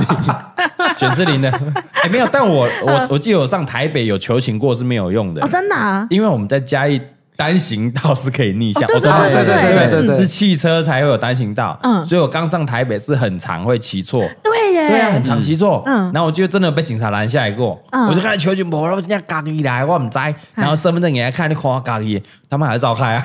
Speaker 2: 选士林的。哎，没有，但我我我记得我上台北有求情过是没有用的
Speaker 3: 嗯哦，，真的啊，
Speaker 2: 因为我们在嘉义单行道是可以逆向，
Speaker 3: 哦对
Speaker 2: 我都
Speaker 3: 对
Speaker 4: 对对对对对
Speaker 2: 是汽车才会有单行道，
Speaker 3: 嗯
Speaker 2: 所以我刚上台北是很常会骑错。
Speaker 3: 对耶，
Speaker 2: 对啊，很常骑错，
Speaker 3: 嗯
Speaker 2: 然后我就真的被警察拦下来过，
Speaker 3: 嗯
Speaker 2: 我就跟他求情，我说人家咖喱来，我唔知，然后身份证给他看，你看我咖喱，他们还是照开啊，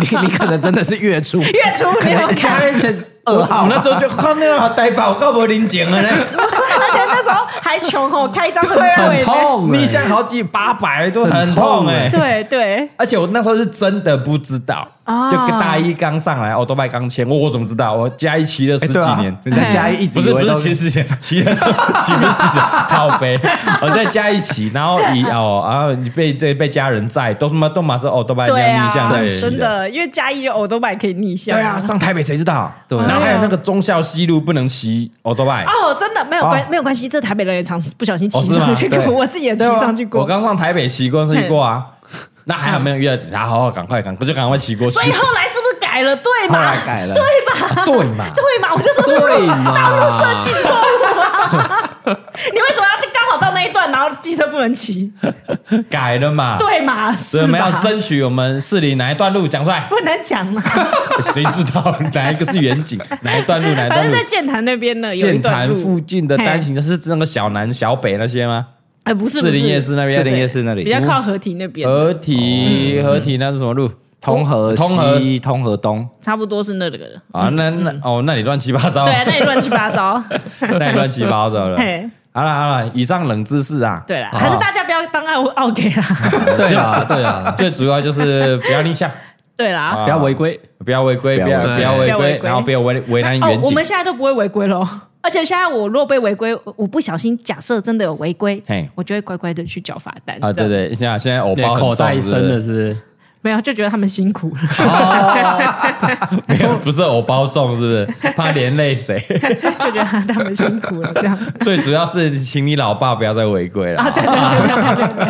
Speaker 4: 你你可能真的是 月初，
Speaker 3: 月初没有开，
Speaker 4: 开成二
Speaker 2: 我
Speaker 4: 号，
Speaker 2: 那时候就看那个呆宝，够不零钱了呢，
Speaker 3: 而且那时候还穷哦，开张很
Speaker 2: 对啊
Speaker 3: 贵
Speaker 5: 很
Speaker 3: 呢
Speaker 5: 痛欸，
Speaker 2: 逆向好几八百都很痛哎、
Speaker 3: 对对，
Speaker 2: 而且我那时候是真的不知道，
Speaker 3: 啊
Speaker 2: 就跟大一刚上来，哦，都卖刚签，我我怎么知道？我加一骑了十
Speaker 4: 哎
Speaker 2: 几
Speaker 4: 对啊
Speaker 2: 年，
Speaker 4: 你在嘉义一直
Speaker 2: 不是
Speaker 4: 以
Speaker 2: 不
Speaker 4: 为
Speaker 2: 是
Speaker 4: 都
Speaker 2: 骑十几年， 骑了这骑不是骑十靠背，我在嘉义骑，然后 以哦，然后你被这被家人在，都什么都马是哦，都卖
Speaker 3: 对
Speaker 2: 逆向
Speaker 3: 啊，
Speaker 2: 的骑
Speaker 3: 真。的，因为嘉义就欧都拜可以逆向，
Speaker 2: 对啊，上台北谁知道？
Speaker 5: 对
Speaker 2: 然后还有那个忠孝西路不能骑欧多拜，
Speaker 3: 哦，真的没有关没有关系，这台北人也常不小心骑
Speaker 2: 哦是吗
Speaker 3: 上去过，
Speaker 2: 对
Speaker 3: 我自己也骑
Speaker 2: 对啊
Speaker 3: 上去
Speaker 2: 我
Speaker 3: 过。
Speaker 2: 刚上台北骑过，是过啊。那还好没有遇到警察，好好赶快赶，快就赶快骑过去。
Speaker 3: 所以后来是不是改了？对
Speaker 4: 后
Speaker 3: 嘛
Speaker 4: 来？改了，
Speaker 2: 啊对嘛，
Speaker 3: 对嘛？我就说是
Speaker 5: 对嘛
Speaker 3: 道路设计错误啊！你为什么要刚好到那一段，然后机车不能骑？
Speaker 2: 改了嘛。
Speaker 3: 对嘛？
Speaker 2: 所以
Speaker 3: 是
Speaker 2: 我们要
Speaker 3: 吧？
Speaker 2: 争取我们市里哪一段路讲出来，
Speaker 3: 不能讲 嘛。
Speaker 2: 谁知道哪一个是远景，哪一段路，哪一
Speaker 3: 反
Speaker 2: 段
Speaker 3: 正
Speaker 2: 路
Speaker 3: 在？剑潭那边呢，有一
Speaker 2: 剑
Speaker 3: 段
Speaker 2: 潭
Speaker 3: 路
Speaker 2: 附近的单行是那个小南、小北那些吗？
Speaker 3: 哎，不是
Speaker 2: 士
Speaker 3: 不
Speaker 2: 林夜市
Speaker 3: 是，
Speaker 2: 呃那边，
Speaker 4: 士林夜市那里嗯
Speaker 3: 比较靠河堤那边，
Speaker 2: 合体，合体那是什么路？
Speaker 4: 通河
Speaker 2: 通河
Speaker 4: 西、通河东，
Speaker 3: 差不多是那个。
Speaker 2: 啊，那那哦，那里乱七八糟，
Speaker 3: 对啊，那里乱七 八糟。
Speaker 2: 那里乱七八糟了。
Speaker 3: 嘿
Speaker 2: 好了好了，以上冷知识啊，
Speaker 3: 对啦，
Speaker 2: 好
Speaker 3: 还是大家不要当奥奥 K 啦。
Speaker 5: 对啊对啊，
Speaker 2: 最主要就是不要逆向，
Speaker 3: 对啦，
Speaker 2: 啊
Speaker 5: 不要违规，
Speaker 2: 不要违规，不
Speaker 4: 不
Speaker 2: 要
Speaker 4: 要
Speaker 2: 不
Speaker 5: 违
Speaker 2: 要
Speaker 5: 规
Speaker 2: 违
Speaker 3: 不
Speaker 2: 规
Speaker 3: 要违，规
Speaker 2: 然后不要为为难
Speaker 3: 哦
Speaker 2: 远，
Speaker 3: 我
Speaker 2: 景
Speaker 3: 们。现在都不会违规喽。 而且现在我若被违规，我不小心假设真的有违规
Speaker 2: 嘿，
Speaker 3: 我就会乖乖的去缴罚单
Speaker 2: 啊，对
Speaker 3: 这样
Speaker 2: 对，现在现在偶
Speaker 5: 你
Speaker 2: 包很
Speaker 5: 口袋
Speaker 2: 重
Speaker 5: 一
Speaker 2: 是不
Speaker 5: 深
Speaker 2: 是
Speaker 5: 的是不是？
Speaker 3: 没有就觉得他们辛苦了。
Speaker 2: 没有， 不是偶包送，是不 是？怕连累谁？
Speaker 3: 就觉得他们辛苦了这 样。
Speaker 2: 最主要是，请你老爸不要再违规
Speaker 3: 啊
Speaker 2: 了。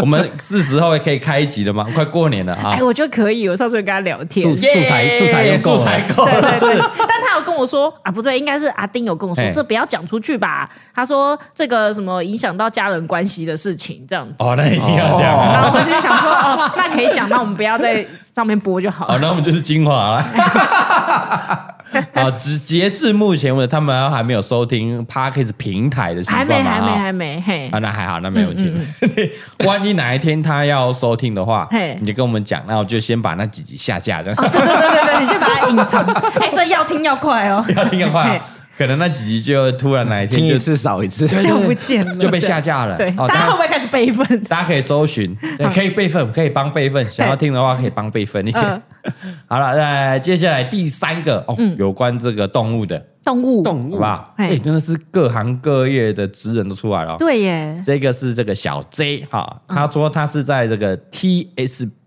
Speaker 2: 我们是时候可以开一集了吗？快过年了啊
Speaker 3: 哎，！我觉得可以，我上次有跟他聊天
Speaker 5: 素。素材素材又够
Speaker 2: 素
Speaker 5: 了
Speaker 2: 材够
Speaker 3: 哎对
Speaker 2: 了，
Speaker 3: 对
Speaker 2: 是
Speaker 3: 对，但他有跟我说啊，不对，应该是阿丁有跟我说
Speaker 2: 嘿，
Speaker 3: 这不要讲出去吧。他说这个什么影响到家人关系的事情这样子。
Speaker 2: 哦，那一定要讲
Speaker 3: 然
Speaker 2: 啊！
Speaker 3: 后我就想说，哦，那可以讲，那我们不要在上面播就好
Speaker 2: 好，
Speaker 3: 了。
Speaker 2: 哦那我们就是精华了。 好，直截至目前为止，他们还没有收听 Parkes 平台的习
Speaker 3: 还
Speaker 2: 惯
Speaker 3: 没，
Speaker 2: 嘛？
Speaker 3: 还没，
Speaker 2: 啊
Speaker 3: 还没，嘿
Speaker 2: 啊，，那还好，那
Speaker 3: 嗯
Speaker 2: 没问题。 万一哪一天他要收听的话
Speaker 3: 嘿，哦
Speaker 2: 你就跟我们讲，那我就先把那几集下架，这样
Speaker 3: 对对对对对，你先把它隐藏。哎，所以要听要快 哦，
Speaker 2: 不要听的话
Speaker 3: 嘿，
Speaker 2: 可能那几集就突然哪一
Speaker 4: 听
Speaker 2: 天
Speaker 4: 一
Speaker 2: 就
Speaker 4: 次少一次。
Speaker 3: 就不见了，
Speaker 2: 就被 下架了。
Speaker 3: 对，
Speaker 2: 哦
Speaker 3: 大家会不会哦开始备份？
Speaker 2: 大家可以搜寻，对可以备份，可以帮备份。想要听的话，可以帮备份一点
Speaker 3: 嗯。
Speaker 2: 好了，那接下来第三个哦，有关这个动物的，
Speaker 3: 动物，
Speaker 5: 动
Speaker 2: 好
Speaker 5: 物
Speaker 2: 不好？
Speaker 3: 嘿
Speaker 2: 哎，真的是各行各业的职人都出来了哦。
Speaker 3: 对耶，
Speaker 2: 这个是这个小 J 哈，
Speaker 3: 嗯
Speaker 2: 他说他是在这个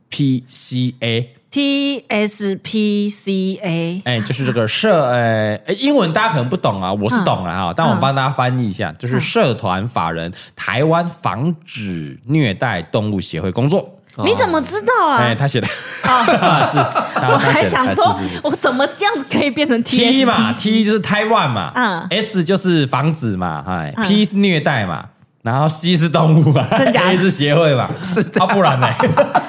Speaker 2: TSPCA，
Speaker 3: T S P C A，
Speaker 2: 哎，就是这个社， 哎，哎英文大家可能不懂啊，我是懂了
Speaker 3: 嗯
Speaker 2: 哈，但我帮大家翻译一下，就是社团法人台湾防止虐待动物协会工作。
Speaker 3: 你怎么知道
Speaker 2: 哎、
Speaker 3: 啊？
Speaker 2: 他写的，
Speaker 3: 哦，
Speaker 2: 是他
Speaker 3: 我
Speaker 2: 他写
Speaker 3: 还
Speaker 2: 的
Speaker 3: 想
Speaker 2: 哎
Speaker 3: 说
Speaker 2: 是是是，
Speaker 3: 我怎么这样子可以变成
Speaker 2: T
Speaker 3: TSP
Speaker 2: 嘛，T 就是 Taiwan 嘛，
Speaker 3: 嗯
Speaker 2: s 就是防止嘛，哎
Speaker 3: 嗯
Speaker 2: ，P 是虐待嘛，然后 C 是动物嘛
Speaker 3: 真假的
Speaker 2: ，A 是协会 嘛，是啊，不然呢？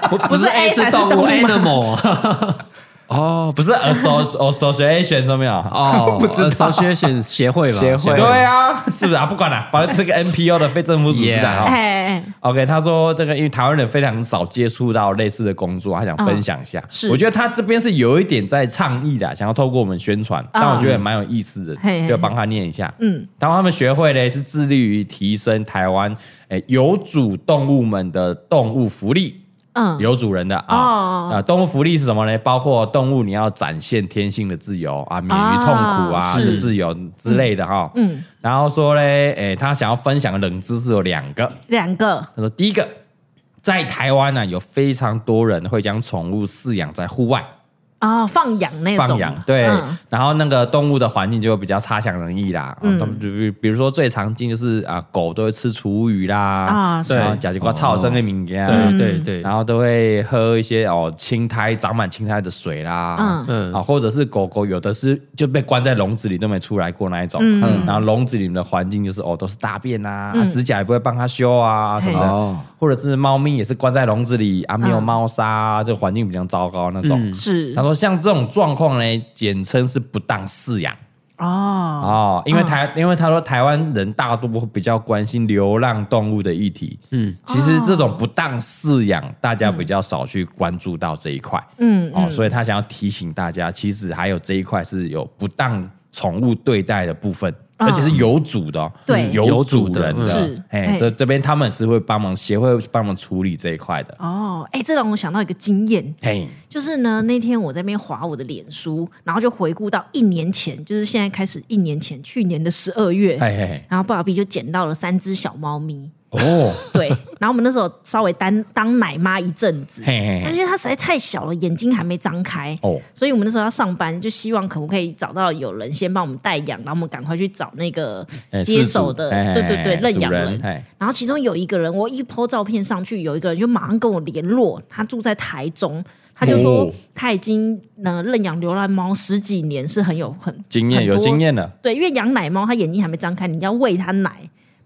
Speaker 5: 不不
Speaker 3: 是
Speaker 5: 是
Speaker 3: A 才
Speaker 5: 是
Speaker 3: 是动物吗
Speaker 5: animal 啊
Speaker 2: 哦，不是 associ- association 上面啊。
Speaker 5: 哦，不知道 association 协会吧？
Speaker 4: 协会
Speaker 2: 对啊，是不是啊？不管了，反正这个 NPO 的非政府组织的
Speaker 5: Yeah
Speaker 2: 哈。
Speaker 3: 哎，
Speaker 2: OK，他说这个因为台湾人非常少接触到类似的工作，他想分享一下。
Speaker 3: 嗯是
Speaker 2: 我觉得他这边是有一点在倡议的，想要透过我们宣传，但我觉得也蛮有意思的，
Speaker 3: 嗯嘿嘿
Speaker 2: 就帮他念一下。
Speaker 3: 嗯
Speaker 2: 嗯，然后他们学会呢是致力于提升台湾诶有主动物们的动物福利。
Speaker 3: 嗯，
Speaker 2: 有主人的啊
Speaker 3: 哦
Speaker 2: 啊、动物福利是什么呢？包括动物你要展现天性的自由啊，免于痛苦啊
Speaker 3: 啊
Speaker 2: 的
Speaker 3: 是
Speaker 2: 自由之类的哈。嗯，然后说嘞，诶，他想要分享的冷知识有两个，
Speaker 3: 两个，
Speaker 2: 他说第一个，在台湾呢、有非常多人会将宠物饲养在户外
Speaker 3: 啊，放养那种，
Speaker 2: 放养，对，
Speaker 3: 嗯
Speaker 2: 然后那个动物的环境就会比较差强人意啦。嗯，比如比如说最常见就是啊，狗都会吃厨余啦，
Speaker 3: 啊是哦
Speaker 2: 然后甲基瓜草生的名言啊。
Speaker 5: 对对对，
Speaker 2: 然后都会喝一些哦青苔长满青苔的水啦，
Speaker 3: 嗯
Speaker 2: 嗯，啊，或者是狗狗有的是就被关在笼子里都没出来过那一种，嗯，然后笼子里面的环境就是哦都是大便啊，啊指甲也不会帮它修啊什么
Speaker 3: 嗯嘿
Speaker 2: 的
Speaker 4: 哦，
Speaker 2: 或者是猫咪也是关在笼子里啊没有
Speaker 3: 嗯
Speaker 2: 猫砂啊，就环境比较糟糕那种。
Speaker 3: 是
Speaker 2: 他说像这种状况呢，简称是不当饲养。
Speaker 3: 哦，
Speaker 2: 哦，因为台，因为他说台湾人大多比较关心流浪动物的议题，嗯，其实这种不当饲养，大家比较少去关注到这一块，
Speaker 3: 嗯
Speaker 2: 嗯，哦，所以他想要提醒大家，其实还有这一块是有不当宠物对待的部分。而且是有主的、哦，
Speaker 3: 啊对
Speaker 2: 嗯有主人
Speaker 5: 有主
Speaker 3: 的
Speaker 2: 的
Speaker 3: 是，
Speaker 2: 哎
Speaker 3: 哎，
Speaker 2: 这这边他们是会帮忙，协会帮忙处理这一块的，
Speaker 3: 哦，哎，这让我想到一个经验，
Speaker 2: 嘿，
Speaker 3: 就是呢，那天我在那边划我的脸书，然后就回顾到一年前，就是现在开始一年前，去年的十二月，
Speaker 2: 嘿嘿嘿，
Speaker 3: 然后鲍比就捡到了三只小猫咪，
Speaker 2: 哦，
Speaker 3: 对，然后我们那时候稍微当当奶妈一阵子，
Speaker 2: 嘿嘿嘿，
Speaker 3: 但是因为它实在太小了，眼睛还没张开，
Speaker 2: 哦，
Speaker 3: 所以我们那时候要上班，就希望可不可以找到有人先帮我们代养，然后我们赶快去找那个
Speaker 2: 哎
Speaker 3: 接手
Speaker 2: 事主
Speaker 3: 的，
Speaker 2: 哎
Speaker 3: 对对对，
Speaker 2: 哎
Speaker 3: 认养
Speaker 2: 主人哎
Speaker 3: 然后其中有一个人，我一 po 照片上去，有一个人就马上跟我联络，他住在台中，他就说
Speaker 2: 哦
Speaker 3: 他已经呃认养流浪猫十几年，是很有很
Speaker 2: 经验
Speaker 3: 很
Speaker 2: 有
Speaker 3: 多
Speaker 2: 经验了，
Speaker 3: 对，因为养奶猫它眼睛还没张开，你要喂它奶，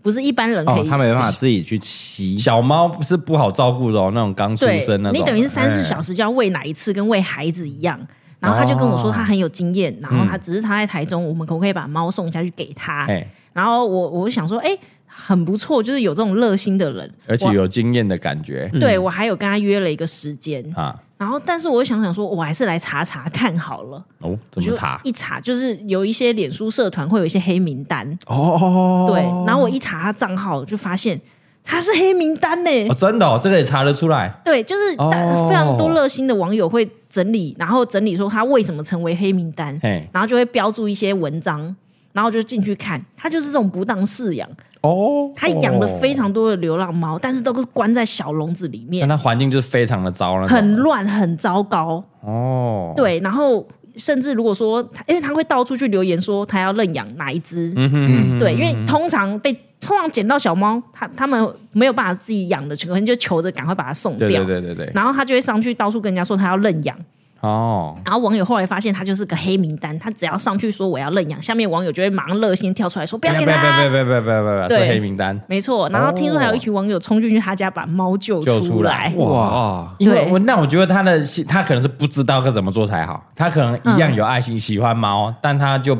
Speaker 3: 不是一般人可
Speaker 4: 哦
Speaker 3: 以，
Speaker 4: 他没办法自己去吸，
Speaker 2: 小猫是不好照顾的哦，那种刚出
Speaker 3: 对
Speaker 2: 生那种，
Speaker 3: 你等于是三四
Speaker 2: 哎
Speaker 3: 小时就要喂奶一次，跟喂孩子一样。然后他就跟我说
Speaker 2: 哦
Speaker 3: 他很有经验，然后他只是他在台中，我们可不可以把猫送下去给他？
Speaker 2: 哎，
Speaker 3: 然后我我想说，哎、很不错，就是有这种热心的人，
Speaker 2: 而且
Speaker 3: 我
Speaker 2: 有经验的感觉
Speaker 3: 对我还有跟他约了一个时间。
Speaker 2: 啊。
Speaker 3: 然后，但是我想想说，我还是来查查看好了。
Speaker 2: 哦，
Speaker 3: 我
Speaker 2: 怎
Speaker 3: 就
Speaker 2: 么查？
Speaker 3: 一查就是有一些脸书社团会有一些黑名单哦，对，然后我一查他账号就发现他是黑名单呢、
Speaker 2: 哦，真的哦，这个也查得出来。
Speaker 3: 对，就是大、
Speaker 2: 哦
Speaker 3: 非常多热心的网友会整理，然后整理说他为什么成为黑名单
Speaker 2: 嘿，
Speaker 3: 然后就会标注一些文章，然后就进去看，他就是这种不当饲养，
Speaker 2: 哦，
Speaker 3: 他养了非常多的流浪猫，但是都是关在小笼子里
Speaker 2: 那
Speaker 3: 面，
Speaker 2: 它环境就是非常的糟了，
Speaker 3: 很乱，很糟糕。
Speaker 2: 哦，
Speaker 3: 对，然后甚至如果说他，因为他会到处去留言说他要认养哪一只，
Speaker 2: 嗯
Speaker 3: 对，因为通常被通常捡到小猫，他他们没有办法自己养的，可能就求着赶快把它送掉。
Speaker 2: 对对对对对，
Speaker 3: 然后他就会上去到处跟人家说他要认养，
Speaker 2: 哦，
Speaker 3: 然后网友后来发现他就是个黑名单，他只要上去说我要认养，下面网友就会马上热心跳出来说不
Speaker 2: 不
Speaker 3: 要给
Speaker 2: 不要不要
Speaker 3: 他
Speaker 2: 不，要不要不要不要，是
Speaker 3: 对
Speaker 2: 黑名单。
Speaker 3: 没错。然后听说还有一群网友冲进去他家把猫救
Speaker 2: 救出
Speaker 3: 来
Speaker 2: 来，
Speaker 5: 哇，
Speaker 2: 因为
Speaker 3: 对
Speaker 2: 我那我觉得他的心他可能是不知道该怎么做才好，他可能一样有爱心，喜欢猫，但他就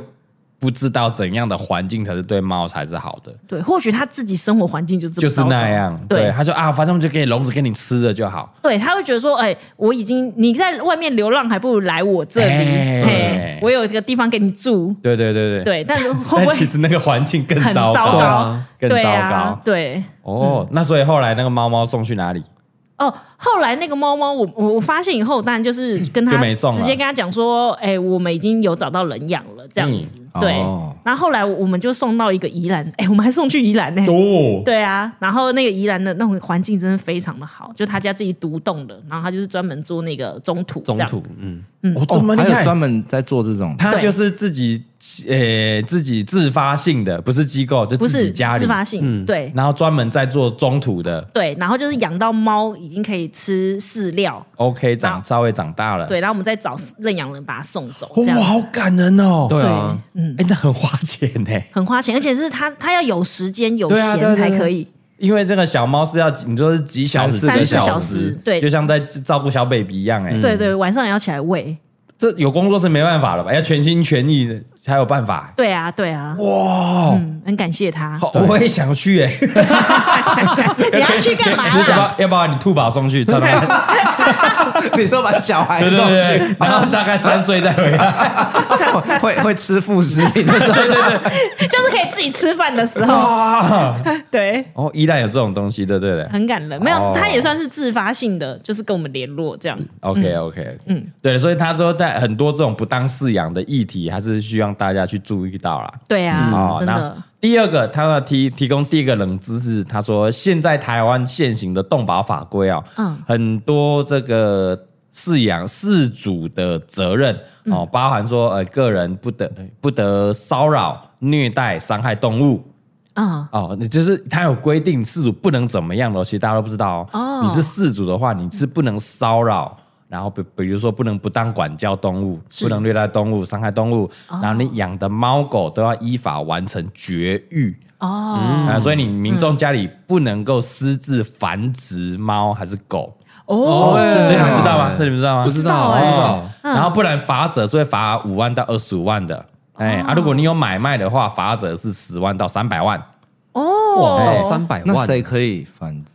Speaker 2: 不知道怎样的环境才是对猫才是好的，
Speaker 3: 对，或许他自己生活环境就这么
Speaker 2: 就是
Speaker 3: 糟糕
Speaker 2: 那样。对，他说啊，反正我们就给你笼子，给你吃的就好。
Speaker 3: 对，他会觉得说，哎、我已经你在外面流浪，还不如来我这里，
Speaker 2: 哎
Speaker 3: 哎，我有一个地方给你住。
Speaker 2: 对对对对。
Speaker 3: 对，但是会
Speaker 2: 但
Speaker 3: 不
Speaker 2: 其
Speaker 3: 会
Speaker 2: 实那个环境更
Speaker 3: 很
Speaker 2: 糟
Speaker 3: 糟
Speaker 2: 糕，
Speaker 3: 糕嗯
Speaker 2: 更
Speaker 3: 对
Speaker 2: 糟
Speaker 3: 啊
Speaker 2: 糕？。
Speaker 3: 对，
Speaker 2: 哦，那所以后来那个猫猫送去哪里？
Speaker 3: 哦，后来那个猫猫，我我我发现以后，当然就是跟他
Speaker 2: 就没送了
Speaker 3: 直接跟他讲说，哎、我们已经有找到人养了，这
Speaker 2: 嗯
Speaker 3: 样子。对，
Speaker 4: 哦
Speaker 3: 然后后来我们就送到一个宜兰，哎、我们还送去宜兰呢、
Speaker 2: 哦，
Speaker 3: 对啊，然后那个宜兰的那种环境真的非常的好，就他家自己独栋的，然后他就是专门做那个中土，
Speaker 5: 中
Speaker 3: 这样
Speaker 5: 途，嗯，
Speaker 2: 哦
Speaker 4: 哦
Speaker 2: 这么厉
Speaker 4: 还有
Speaker 2: 害，
Speaker 4: 专门在做这种，
Speaker 2: 他就是自己呃自己自发性的，不是机构，就
Speaker 3: 不
Speaker 2: 自
Speaker 3: 是
Speaker 2: 己家里嗯
Speaker 3: 自，发性，对
Speaker 2: 然后专门在做中途的
Speaker 3: 对，然后就是养到猫已经可以吃饲料，
Speaker 2: OK，长稍微长大了，
Speaker 3: 对，然后我们再找认养人把它送
Speaker 2: 哦
Speaker 3: 走，这样
Speaker 4: 哇，好感人哦！
Speaker 5: 对
Speaker 3: 对
Speaker 5: 啊，，
Speaker 3: 嗯，
Speaker 2: 哎，那很花钱呢。
Speaker 3: 很花钱，而且是他他要有时间有
Speaker 2: 对啊对啊
Speaker 3: 闲才
Speaker 2: 对啊
Speaker 3: 可以，
Speaker 2: 因为这个小猫是要你说是几小时、
Speaker 3: 三四
Speaker 2: 个
Speaker 3: 小
Speaker 2: 时
Speaker 3: 时，对
Speaker 2: 就像在照顾小 baby 一样，哎，
Speaker 3: 对对，晚上也要起来喂，
Speaker 2: 这有工作是没办法了吧？要全心全意的才有办法。
Speaker 3: 对啊对啊，
Speaker 2: 哇，
Speaker 3: 嗯，很感谢他，
Speaker 2: 好，我也想去哎，
Speaker 3: 你要去干嘛啊
Speaker 2: 你要不
Speaker 3: 啦？
Speaker 2: 要要不要你兔宝送去？对对
Speaker 4: 你说把小 孩
Speaker 2: 对
Speaker 4: 送
Speaker 2: 对
Speaker 4: 去，，
Speaker 2: 然后大概三岁再回 来。
Speaker 4: 会会会吃副食品的时候，
Speaker 3: 就是可以自己吃饭的时候，
Speaker 2: 哇
Speaker 3: 对，
Speaker 2: 哦，依然有这种东西，对对对。
Speaker 4: 嗯
Speaker 3: 很感人。没有
Speaker 2: 哦，
Speaker 3: 他也算是自发性的，就是跟我们联络这样。
Speaker 2: OK OK，嗯，对，所以他说在很多这种不当饲养的议题，还是需要大家去注意到啦。
Speaker 3: 对
Speaker 2: 嗯
Speaker 3: 啊，真
Speaker 2: 那
Speaker 3: 的，
Speaker 2: 哦第二个，他要提提供第一个冷知识，他说现在台湾现行的动保法规啊、
Speaker 3: 嗯
Speaker 2: 很多这个饲养饲主的责任
Speaker 3: 嗯
Speaker 2: 哦、包含说呃个人不得不得骚扰、虐待、伤害动物。
Speaker 3: 嗯，
Speaker 2: 哦，你就是他有规定，事主不能怎么样的，其实大家都不知道哦。
Speaker 3: 哦
Speaker 2: 你是事主的话，你是不能骚扰，然后比比如说不能不当管教动物，不能虐待动物、伤害动物，
Speaker 5: 哦
Speaker 2: 然后你养的猫狗都要依法完成绝育
Speaker 3: 哦
Speaker 5: 嗯
Speaker 2: 啊、所以你民众家里不能够私自繁殖猫还是狗，
Speaker 3: 哦，
Speaker 2: 是这样，
Speaker 5: 哎
Speaker 2: 知道吗？这你们知道吗？
Speaker 5: 不知道
Speaker 3: 不知道
Speaker 5: 哎，
Speaker 2: 然后不然罚则是会罚五万到二十五万的。哎、啊，如果你有买卖的话，罚则是十万到三百万。
Speaker 5: 哇，
Speaker 3: 哦，
Speaker 5: 到三百
Speaker 4: 那
Speaker 5: 万，
Speaker 4: 谁可以繁殖？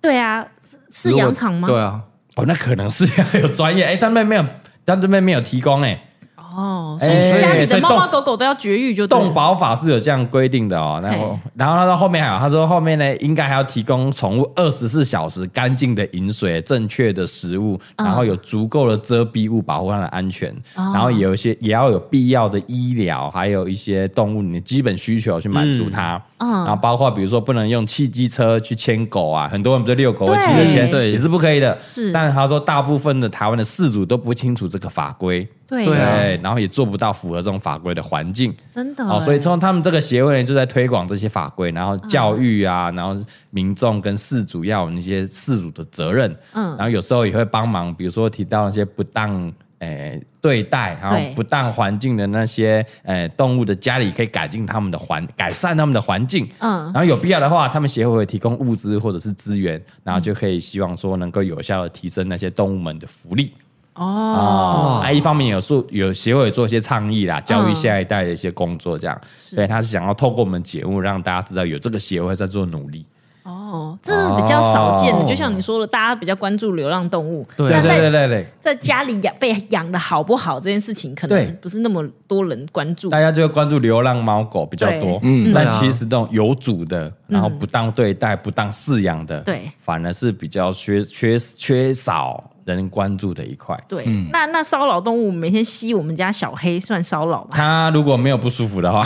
Speaker 3: 对啊，是是羊场吗？
Speaker 4: 对啊，
Speaker 2: 哦，那可能是要有专业，哎、他们没有，他这边没有提供哎、
Speaker 3: 哦，所
Speaker 2: 哎
Speaker 3: 以家里
Speaker 2: 所
Speaker 3: 的
Speaker 2: 以
Speaker 3: 猫
Speaker 2: 动
Speaker 3: 猫狗狗都要绝育就对了
Speaker 2: 动保法是有这样规定的哦。然后，然后他到后面还有，他说后面呢，应该还要提供宠物二十四小时干净的饮水、正确的食物，然后有足够的遮蔽物保护它的安全，然后也有一些也要有必要的医疗，还有一些动物你的基本需求去满足它。然后包括比如说不能用汽机车去牵狗啊，很多人不是遛狗会
Speaker 3: 对
Speaker 2: 骑着牵，
Speaker 5: 对
Speaker 2: 也是不可以的。
Speaker 3: 是
Speaker 2: 但他说大部分的台湾的饲主都不清楚这个法规。
Speaker 3: 对
Speaker 5: 对啊
Speaker 2: 对，然后也做不到符合这种法规的环境。
Speaker 3: 真的
Speaker 2: 哦，
Speaker 3: 哎
Speaker 2: 所以从他们这个协会呢，就在推广这些法规，然后教育啊，
Speaker 3: 嗯
Speaker 2: 然后民众跟事主要有那些事主的责任，嗯
Speaker 3: 嗯，
Speaker 2: 然后有时候也会帮忙，比如说提到那些不当。诶、对待然后
Speaker 3: 对
Speaker 2: 不当环境的那些诶动物的家里，可以改进他们的环，改善他们的环境。嗯
Speaker 3: 嗯，
Speaker 2: 然后有必要的话，他们协会会提供物资或者是资源，然后就可以希望说能够有效的提升那些动物们的福利。哦，啊，一方面有做有协会有做一些倡议啦，教育下一代的一些工作，这样，对，他是想要透过我们节目让大家知道有这个协会在做努力，
Speaker 3: 哦，这是比较少见的，
Speaker 2: 哦
Speaker 3: 就像你说的，大家比较关注流浪动物，
Speaker 5: 对
Speaker 2: 对
Speaker 3: 那
Speaker 2: 对对
Speaker 3: 在
Speaker 2: 对对，
Speaker 3: 在家里养被养的好不好这件事情，可
Speaker 2: 对
Speaker 3: 能不是那么多人关注
Speaker 2: 大。家就会关注流浪猫狗比较多
Speaker 3: 对，
Speaker 2: 嗯，但
Speaker 5: 对啊
Speaker 2: 其实这种有主的，然后不当对待、不当饲养的，
Speaker 3: 对
Speaker 2: 反而是比较缺缺缺少人关注的一块。
Speaker 3: 对，那那骚扰动物每天吸我们家小黑算骚扰 吧？
Speaker 2: 他如果没有不舒服的话，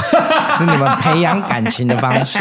Speaker 4: 是你们培养感情的方 式。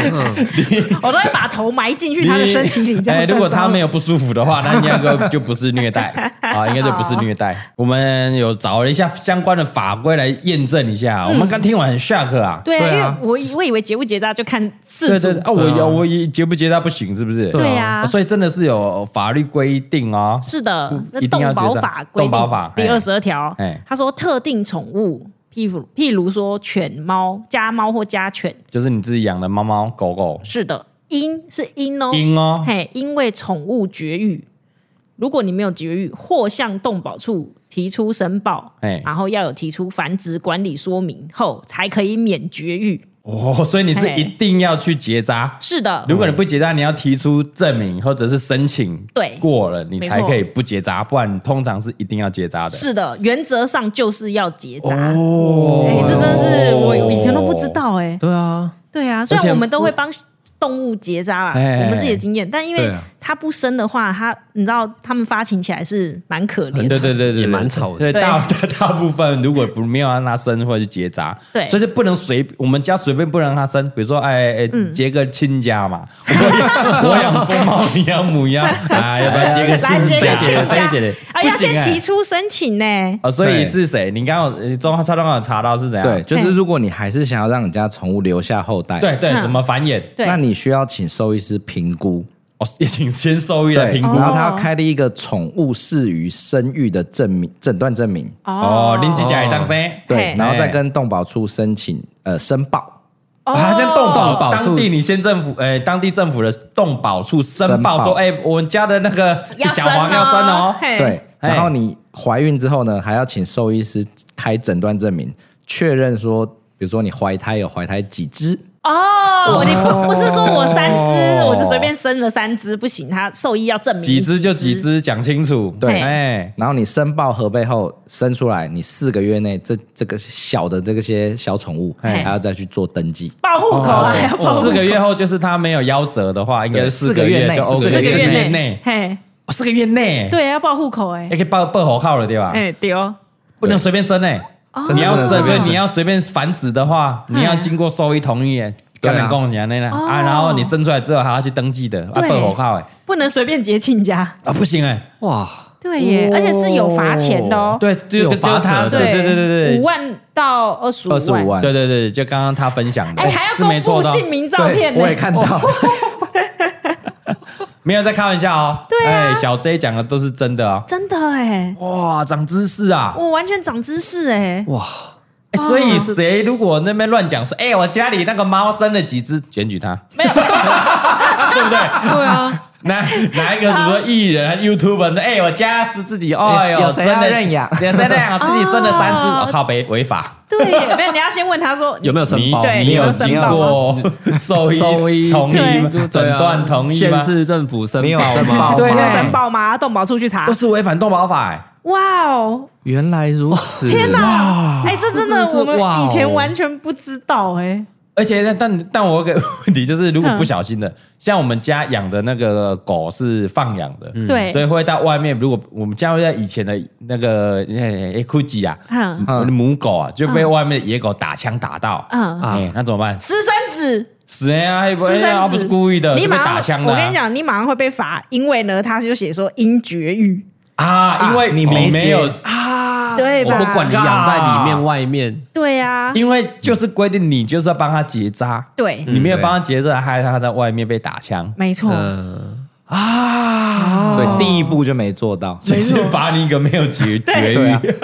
Speaker 3: 我哦都会把头埋进去它的身体里，这样
Speaker 2: 哎
Speaker 3: 算骚扰。
Speaker 2: 如果他没有不舒服的话，那应该就就不是虐待啊，应该就不是虐待。我们有找了一下相关的法规来验证一下。我们刚听完很 shock 啊，
Speaker 3: 对
Speaker 5: 对
Speaker 3: 啊
Speaker 5: 啊，
Speaker 3: 因为我以我以为结不结扎就看
Speaker 2: 对
Speaker 3: 事
Speaker 2: 对
Speaker 3: 主
Speaker 2: 对，啊，我
Speaker 5: 对啊
Speaker 2: 有我也结不结扎不行，是不是？
Speaker 3: 对啊
Speaker 2: 所以真的是有法律规定哦。
Speaker 3: 是的
Speaker 2: 不，
Speaker 3: 那
Speaker 2: 一定要
Speaker 3: 动保
Speaker 2: 结扎
Speaker 3: 法规
Speaker 2: 动保法
Speaker 3: 定第
Speaker 2: 哎
Speaker 3: 二十二条
Speaker 2: 哎，
Speaker 3: 他说特定宠物，譬如譬如说犬猫、家猫或家犬，
Speaker 2: 就是你自己养的猫猫狗狗，
Speaker 3: 是的，因是因哦，
Speaker 2: 鹰哦，
Speaker 3: 嘿，因为宠物绝育，如果你没有绝育，或向动保处提出申报
Speaker 2: 嘿，
Speaker 3: 然后要有提出繁殖管理说明后，才可以免绝育。
Speaker 2: 哦，所以你是
Speaker 3: 嘿
Speaker 2: 一定要去结扎。
Speaker 3: 是的，
Speaker 2: 如果你不结扎，你要提出证明或者是申请，
Speaker 3: 对
Speaker 2: 过了你
Speaker 3: 没
Speaker 2: 才
Speaker 3: 错
Speaker 2: 可以不结扎，不然通常是一定要结扎的。
Speaker 3: 是的，原则上就是要结扎。哎、
Speaker 2: 哦
Speaker 3: 这真的是我以前都不知。道哎、
Speaker 5: 对啊，
Speaker 3: 对啊，虽
Speaker 2: 而且
Speaker 3: 然我们都会帮动物结扎啦，
Speaker 2: 哎
Speaker 3: 我们自己的经验，但因
Speaker 4: 对
Speaker 3: 为
Speaker 4: 啊
Speaker 3: 它不生的话，它你知道，他们发情起来是蛮可怜
Speaker 2: 对对
Speaker 3: 的。
Speaker 2: 对对对，
Speaker 5: 也蛮吵的
Speaker 2: 对，大大部分如果不没有让它生或者结扎，
Speaker 3: 对
Speaker 2: 所以就不能随我们家随便不能让它生，比如说哎哎
Speaker 3: 嗯
Speaker 2: 结个亲家嘛， 我我养公猫，你养母 鸭，啊，要不要结个
Speaker 3: 来
Speaker 2: 亲
Speaker 3: 结个
Speaker 2: 家？
Speaker 3: 亲家
Speaker 2: 结
Speaker 3: 啊，
Speaker 2: 不
Speaker 3: 要
Speaker 2: 行
Speaker 3: 先
Speaker 2: 哎
Speaker 3: 提出申请呢、
Speaker 2: 啊，所以
Speaker 4: 对
Speaker 2: 是谁？你刚刚有中华超刚有查到是怎样？
Speaker 4: 对，就是如果你还是想要让你家宠物留下后代，
Speaker 2: 对对，
Speaker 3: 嗯
Speaker 2: 怎么繁衍？
Speaker 3: 对，
Speaker 4: 那你需要请兽医师评估
Speaker 2: 哦， 也请先兽医来
Speaker 4: 对，
Speaker 2: 评
Speaker 4: 然
Speaker 2: 估
Speaker 4: 后他要开立一个宠物适于生育的证明诊断证明，
Speaker 2: 哦，林吉甲也当生，
Speaker 4: 对
Speaker 3: 嘿，
Speaker 4: 然后再跟动保处申请呃申报，
Speaker 3: 哦
Speaker 2: 他先动
Speaker 5: 动
Speaker 2: 保
Speaker 5: 保处
Speaker 2: 当地你先政府，哎，当地政府的动保处申报
Speaker 4: 申
Speaker 2: 说，
Speaker 4: 报
Speaker 2: 哎，我们家的那个
Speaker 3: 要
Speaker 2: 小黄要生
Speaker 3: 生
Speaker 2: 哦，
Speaker 3: 嘿
Speaker 4: 对，
Speaker 2: 嘿
Speaker 4: 然后你怀孕之后呢，还要请兽医师开诊断证明，确认说，比如说你怀胎有怀胎几只，
Speaker 3: 哦，我的不是说我三只，我就随便生了三只，不行，他兽医要证明
Speaker 2: 几只
Speaker 3: 只
Speaker 2: 就几，只，讲清楚，
Speaker 4: 对
Speaker 2: 哎，
Speaker 4: 然后你申报核备后生出来，你四个月内这这个小的这个些小宠物，
Speaker 3: 嘿
Speaker 4: 还要再去做登记。
Speaker 3: 报户口啊，还要报户口
Speaker 2: 哦四个月后就是他没有夭折的话，应该是
Speaker 4: 对
Speaker 2: 四个月就
Speaker 4: 四
Speaker 3: 四
Speaker 2: OK，
Speaker 3: 个
Speaker 4: 个月
Speaker 3: 月
Speaker 2: 内
Speaker 3: 内，，嘿，
Speaker 2: 哦四个月内，，
Speaker 3: 对，要报户口，哎
Speaker 2: 也，可以报报火号了，对吧？
Speaker 3: 哎，哦对哦，
Speaker 2: 不能随便生哎。
Speaker 4: 真的
Speaker 2: 你要
Speaker 4: 不能
Speaker 2: 所
Speaker 4: 随
Speaker 2: 以
Speaker 4: 便
Speaker 2: 你要随便繁殖的话，你要经过兽医同意，
Speaker 4: 对啊
Speaker 2: 感染共你啊那那
Speaker 3: 哎哦
Speaker 2: 啊，然后你生出来之后还要去登记的，啊，
Speaker 3: 对
Speaker 2: 报火号哎，
Speaker 3: 不能随便结亲家，
Speaker 2: 啊不行哎，
Speaker 5: 哇，
Speaker 3: 对耶，而且是有罚钱的哦，
Speaker 2: 对，就
Speaker 5: 有
Speaker 2: 就
Speaker 5: 罚则
Speaker 2: 他，
Speaker 5: 的
Speaker 2: 哦对对对对对，
Speaker 3: 五万到二十
Speaker 4: 25万
Speaker 2: 对对对，就刚刚他分享的，
Speaker 3: 哎，还要
Speaker 2: 是没
Speaker 3: 公
Speaker 2: 错
Speaker 3: 布
Speaker 2: 的哦，
Speaker 3: 姓名照片呢，
Speaker 4: 对
Speaker 3: 哦
Speaker 4: 我也看到，
Speaker 2: 没有在开玩笑哦，
Speaker 3: 对啊
Speaker 2: 哎，小 J 讲的都是真的哦，
Speaker 3: 真的哎，
Speaker 2: 哇，长知识啊！
Speaker 3: 我完全长知识哎，
Speaker 2: 哎所以谁如果那边乱讲说，哎，我家里那个猫生了几只，检举他，没有，对不对？
Speaker 5: 对啊，
Speaker 2: 哪哪一个什么艺人、YouTuber 说，哎、我家是自己，哎呦，
Speaker 4: 有谁要认养
Speaker 2: 生了有谁认养？自己生了三只，
Speaker 3: 哦
Speaker 2: 哦、靠北，违法。
Speaker 3: 对耶，没有，你要先问他说
Speaker 5: 有没有申报？
Speaker 3: 对
Speaker 2: 你
Speaker 3: 你
Speaker 2: 有
Speaker 3: 有
Speaker 2: 经
Speaker 3: 申报
Speaker 2: 过兽医
Speaker 5: 兽医
Speaker 2: 同意吗
Speaker 5: 对
Speaker 2: 诊
Speaker 5: 啊
Speaker 2: 断同意吗
Speaker 5: 县？市政府申
Speaker 4: 你有啊
Speaker 5: 报
Speaker 4: 申
Speaker 5: 吗？
Speaker 4: 报
Speaker 2: 对
Speaker 4: 吗
Speaker 2: 那
Speaker 3: 有申报吗？动保处去查
Speaker 2: 都，是违反动保法、哎
Speaker 3: 哇哦，
Speaker 4: 原来如此，
Speaker 3: 天哪！哎，这真的
Speaker 5: 真的是
Speaker 3: 我们
Speaker 5: 哇哦
Speaker 3: 以前完全不知道哎。
Speaker 2: 而且但但但我有个 问题就是，如果不小心的，像我们家养的那个狗是放养的，
Speaker 3: 对
Speaker 2: 嗯所以会到外面。如果我们家会在以前的那个诶 c o o k i 啊，
Speaker 3: 嗯
Speaker 2: 母狗啊就被外面的野狗打枪打到，
Speaker 3: 嗯
Speaker 2: 哎、那怎么办？
Speaker 3: 私生子，
Speaker 2: 死人啊！不
Speaker 3: 私生子，
Speaker 2: 他不是故意的，
Speaker 3: 你
Speaker 2: 是被
Speaker 3: 马上
Speaker 2: 打枪的、啊
Speaker 3: 我跟你讲，你马上会被罚，因为呢，他就写说因绝育，
Speaker 2: 啊，因为你
Speaker 4: 没
Speaker 2: 没
Speaker 4: 接
Speaker 2: 有，啊
Speaker 3: 对
Speaker 5: 我
Speaker 3: 吧？
Speaker 5: 不管你养在里面外面，
Speaker 3: 对呀，
Speaker 2: 因为就是规定你就是要帮他结扎，
Speaker 3: 嗯对，
Speaker 2: 你没有帮他结扎，害他在外面被打枪
Speaker 3: 没错，
Speaker 2: 呃
Speaker 5: 嗯，
Speaker 2: 啊，
Speaker 4: 所以第一步就没做到。
Speaker 2: 所以先罚你一个没有 绝绝
Speaker 4: 对啊
Speaker 2: 育。，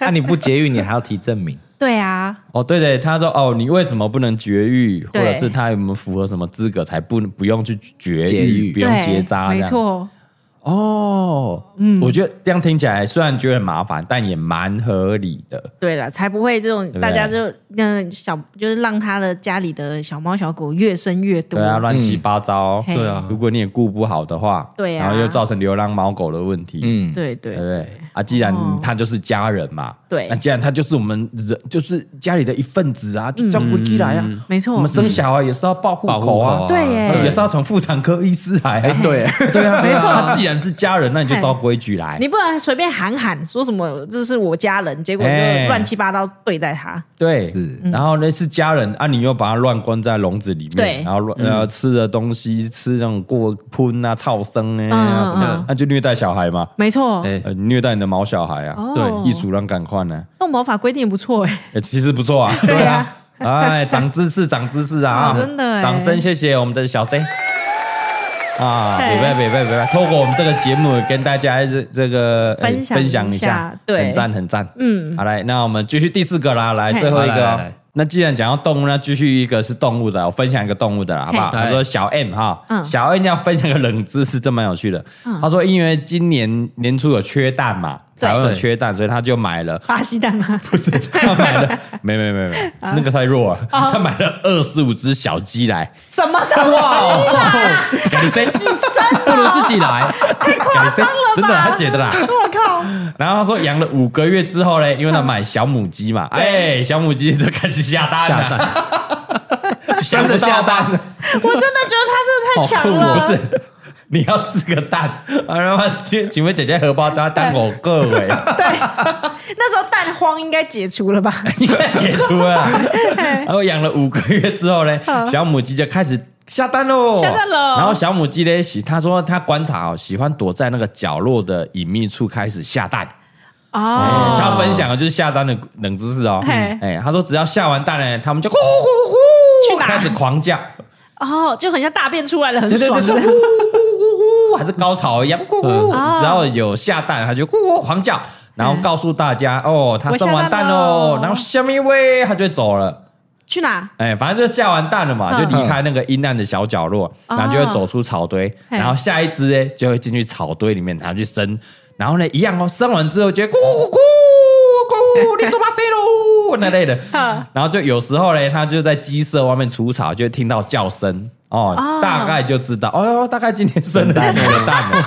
Speaker 4: 那啊你不节育，你还要提证明。
Speaker 3: 对啊，
Speaker 2: 哦，对对，他说哦，你为什么不能绝育，或
Speaker 3: 对
Speaker 2: 者是他有没有符合什么资格才不不用去绝
Speaker 4: 绝
Speaker 2: 育，
Speaker 4: 育
Speaker 2: 不用
Speaker 3: 对
Speaker 2: 结扎？
Speaker 3: 没。错，
Speaker 2: 哦，嗯，我觉得这样听起来虽然觉得很麻烦，但也蛮合理的。
Speaker 3: 对了，才不会这种
Speaker 2: 对
Speaker 3: 大家就嗯小就是让他的家里的小猫小狗越生越多
Speaker 2: 对，啊，乱七八糟。
Speaker 3: 嗯嘿
Speaker 5: 对啊
Speaker 2: 如果你也顾不好的话，
Speaker 3: 对啊
Speaker 2: 然后又造成流浪猫狗的问题，嗯，
Speaker 4: 嗯，
Speaker 3: 对
Speaker 2: 对
Speaker 3: 对
Speaker 2: 不对？啊，既然
Speaker 3: 哦
Speaker 2: 它就是家人嘛，
Speaker 3: 对
Speaker 2: 那既然它就是我们人，就是家里的一份子啊，就照顾起来啊。
Speaker 3: 嗯没错，
Speaker 2: 我们生小孩也是要报户
Speaker 5: 保
Speaker 2: 口
Speaker 5: 护呃
Speaker 2: 啊，
Speaker 3: 对耶
Speaker 2: 也是要从妇产科医师来啊。
Speaker 4: 对，
Speaker 2: 对啊，
Speaker 3: 哎 没错
Speaker 2: 它既然是家人，那你就照规矩来。
Speaker 3: 你不能随便喊喊说什么这是我家人，结果就
Speaker 2: 哎
Speaker 3: 乱七八糟对待他。
Speaker 2: 对
Speaker 4: 是，
Speaker 3: 嗯
Speaker 2: 然后呢是家人啊，你又把它乱关在笼子里面，
Speaker 3: 对嗯
Speaker 2: 然后乱呃吃的东西吃那种过喷啊、草生哎啊
Speaker 3: 嗯
Speaker 2: 怎么样
Speaker 5: 嗯，
Speaker 2: 那就虐待小孩嘛。
Speaker 3: 没错，
Speaker 5: 哎，
Speaker 2: 呃，虐待你的毛小孩啊，
Speaker 3: 哦
Speaker 2: 艺术让感换呢，
Speaker 3: 动保法规定也不错哎，
Speaker 2: 呃其实不错 啊，对啊， 哎，长知识，长知识啊，
Speaker 3: 哦真的哎
Speaker 2: 掌声谢谢我们的小 J。啊，
Speaker 3: 对
Speaker 2: 别拜别拜别拜！透过我们这个节目跟大家这这个呃
Speaker 3: 分享
Speaker 2: 分享一
Speaker 3: 一下对
Speaker 2: 很赞很赞。
Speaker 3: 嗯
Speaker 2: 好来，那我们继续第四个啦，来
Speaker 3: 嘿
Speaker 2: 最后一
Speaker 5: 好
Speaker 2: 个
Speaker 5: 来来
Speaker 2: 哦
Speaker 5: 来。
Speaker 2: 那既然讲到动物，那继续一个是动物的，我分享一个动物的啦，好不好？
Speaker 5: 嘿
Speaker 2: 他说小 M 哈，
Speaker 3: 嗯
Speaker 2: 小 M 要分享个冷知识，这蛮有趣的。他说因为今年年初有缺蛋嘛，
Speaker 3: 对
Speaker 2: 台湾有缺蛋，所以他就买了。
Speaker 3: 巴西蛋吗？
Speaker 2: 不是，他买了，没没没没，那个太弱了。他买了二十五只小鸡来，
Speaker 3: 什么东西啦？
Speaker 2: 改谁
Speaker 3: 寄生
Speaker 5: 不能自己来，
Speaker 2: 改谁真的啊他写的啦。
Speaker 3: 我靠！
Speaker 2: 然后他说养了五个月之后呢，因为他买小母鸡嘛，哎，小母鸡就开始下蛋了，
Speaker 5: 下蛋，
Speaker 2: 真的下蛋了。
Speaker 3: 我真的觉得他真的太强 了，
Speaker 2: 不是，你要吃个蛋，啊，然后请请问姐姐荷包蛋蛋欸我各位，
Speaker 3: 对，那时候蛋荒应该解除了吧？
Speaker 2: 应该解除了 啦。啊然后养了五个月之后呢，小母鸡就开始。下蛋喽！
Speaker 3: 下蛋咯
Speaker 2: 然后小母鸡呢，喜他说他观察哦，喜欢躲在那个角落的隐秘处开始下蛋。
Speaker 3: 哦，
Speaker 2: 他分享的就是下蛋的冷知识哦。
Speaker 3: 嘿
Speaker 2: 哎、他说只要下完蛋呢，他们就呼呼呼呼
Speaker 3: 去哪
Speaker 2: 开始狂叫，
Speaker 3: 哦，就很像大便出来了，很爽
Speaker 2: 对对对，呜呜，还是高潮一样，呃呜呜，
Speaker 3: 哦
Speaker 2: 只要有下蛋，它就呜呜狂叫，然后告诉大家哦，它生完蛋喽，然后下面一位它就走了。
Speaker 3: 去哪？
Speaker 2: 哎，反正就下完蛋了嘛，就
Speaker 3: 嗯
Speaker 2: 离开那个阴暗的小角落，然后就会走出草堆，
Speaker 3: 嘿
Speaker 2: 然后下一只哎就会进去草堆里面，然后去生，然后呢一样哦，生完之后觉得咕咕咕咕，你做嘛谁喽那类的
Speaker 3: 嗯，
Speaker 2: 然后就有时候呢，它就在鸡舍外面除草，就会听到叫声。哦，大概就知道，哦，大概今天生了几个蛋 了，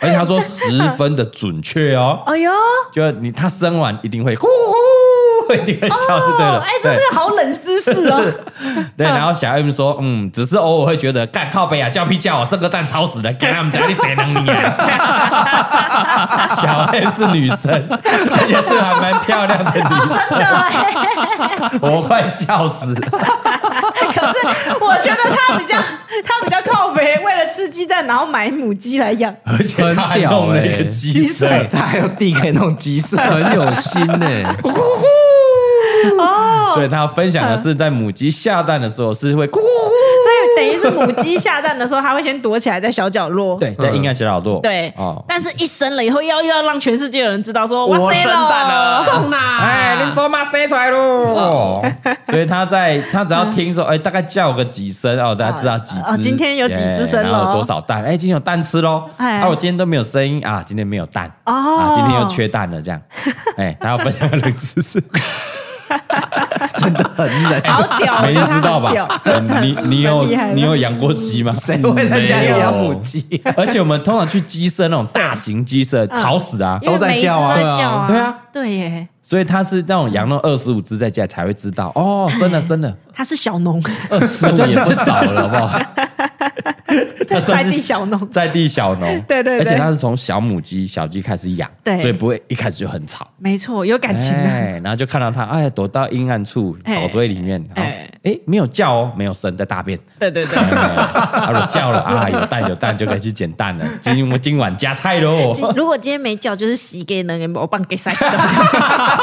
Speaker 2: 而且他说十分的准确哦，
Speaker 3: 哎呦，
Speaker 2: 就你它生完一定会呼呼，一定会叫就对了。
Speaker 3: 哦哎，这
Speaker 2: 对
Speaker 3: 是个好冷知识哦。
Speaker 2: 对，然后小 M 说，嗯，只是偶尔会觉得干靠背啊，叫屁叫，生个蛋吵死了，给他们讲你谁能你 啊？小 M 是女生，而且是还蛮漂亮的女生，
Speaker 3: 真的哎、
Speaker 2: 我快笑死。
Speaker 3: 可是我觉得他比较，他比较靠北，为了吃鸡蛋，然后买母鸡来养。
Speaker 2: 而且他还弄了一个鸡舍，
Speaker 4: 对，他还有地可以弄鸡舍，
Speaker 5: 欸很有心哦呢、
Speaker 2: 所以他分享的是在母鸡下蛋的时候是会咕咕
Speaker 3: 所以等于是母鸡下蛋的时候，它会先躲起来在小角落。
Speaker 2: 咕，对，
Speaker 5: 嗯
Speaker 2: 在阴暗小角落，
Speaker 3: 对，
Speaker 2: 哦。
Speaker 3: 但是一生了以后，要要让全世界的人知道说，哇塞
Speaker 5: 生蛋
Speaker 2: 啊
Speaker 3: 了，
Speaker 5: 送啦！
Speaker 2: 哎，你走嘛，生出来喽！哦所以他在他只要听说，哎，大概叫个几声哦，大家知道几
Speaker 3: 哦
Speaker 2: 只，
Speaker 3: 今天有几只生
Speaker 2: 哎
Speaker 3: 咯
Speaker 2: 然后有多少蛋？哎，今天有蛋吃喽！
Speaker 3: 哎
Speaker 2: 啊，我今天都没有声音啊，今天没有蛋
Speaker 3: 哦
Speaker 2: 啊，今天又缺蛋了，这样。哎，他要分享冷知识，
Speaker 4: 真的很冷。
Speaker 3: 好 屌，
Speaker 2: 没人
Speaker 3: 我觉得它
Speaker 2: 知道
Speaker 3: 很
Speaker 2: 吧
Speaker 3: 屌？啊
Speaker 2: 嗯你你有
Speaker 3: 蛮厉害的
Speaker 2: 你有养过鸡吗？
Speaker 4: 谁会在家里养母鸡？
Speaker 2: 而且我们通常去鸡舍那种大型鸡舍，吵死啊！
Speaker 3: 因为
Speaker 4: 都在
Speaker 3: 每一只
Speaker 4: 叫啊
Speaker 3: 都在
Speaker 4: 对啊
Speaker 3: 叫啊，
Speaker 2: 对啊，
Speaker 3: 对耶，
Speaker 2: 所以他是那种养那二十五只在家才会知道哦，生了生了，
Speaker 3: 他是小农，
Speaker 2: 二十五也不少了，好不好？ 他
Speaker 3: 在
Speaker 2: 算是
Speaker 3: 地 小农，
Speaker 2: 在地小农，
Speaker 3: 对对对
Speaker 2: 而且他是从小母鸡、小鸡开始养，
Speaker 3: 对
Speaker 2: 所以不会一开始就很吵。
Speaker 3: 没错，有感情啊。
Speaker 2: 哎，然后就看到它，哎，躲到阴暗处
Speaker 3: 哎
Speaker 2: 草堆里面，然后
Speaker 3: 哎
Speaker 2: 哎，没有叫哦，没有声，在大便。
Speaker 3: 对对对，
Speaker 2: 哎啊，如果叫了 啊，有蛋有蛋就可以去捡蛋了。今我今晚加菜 喽，
Speaker 3: 今如果今天没叫，就是洗给人给我棒给塞。
Speaker 2: 啊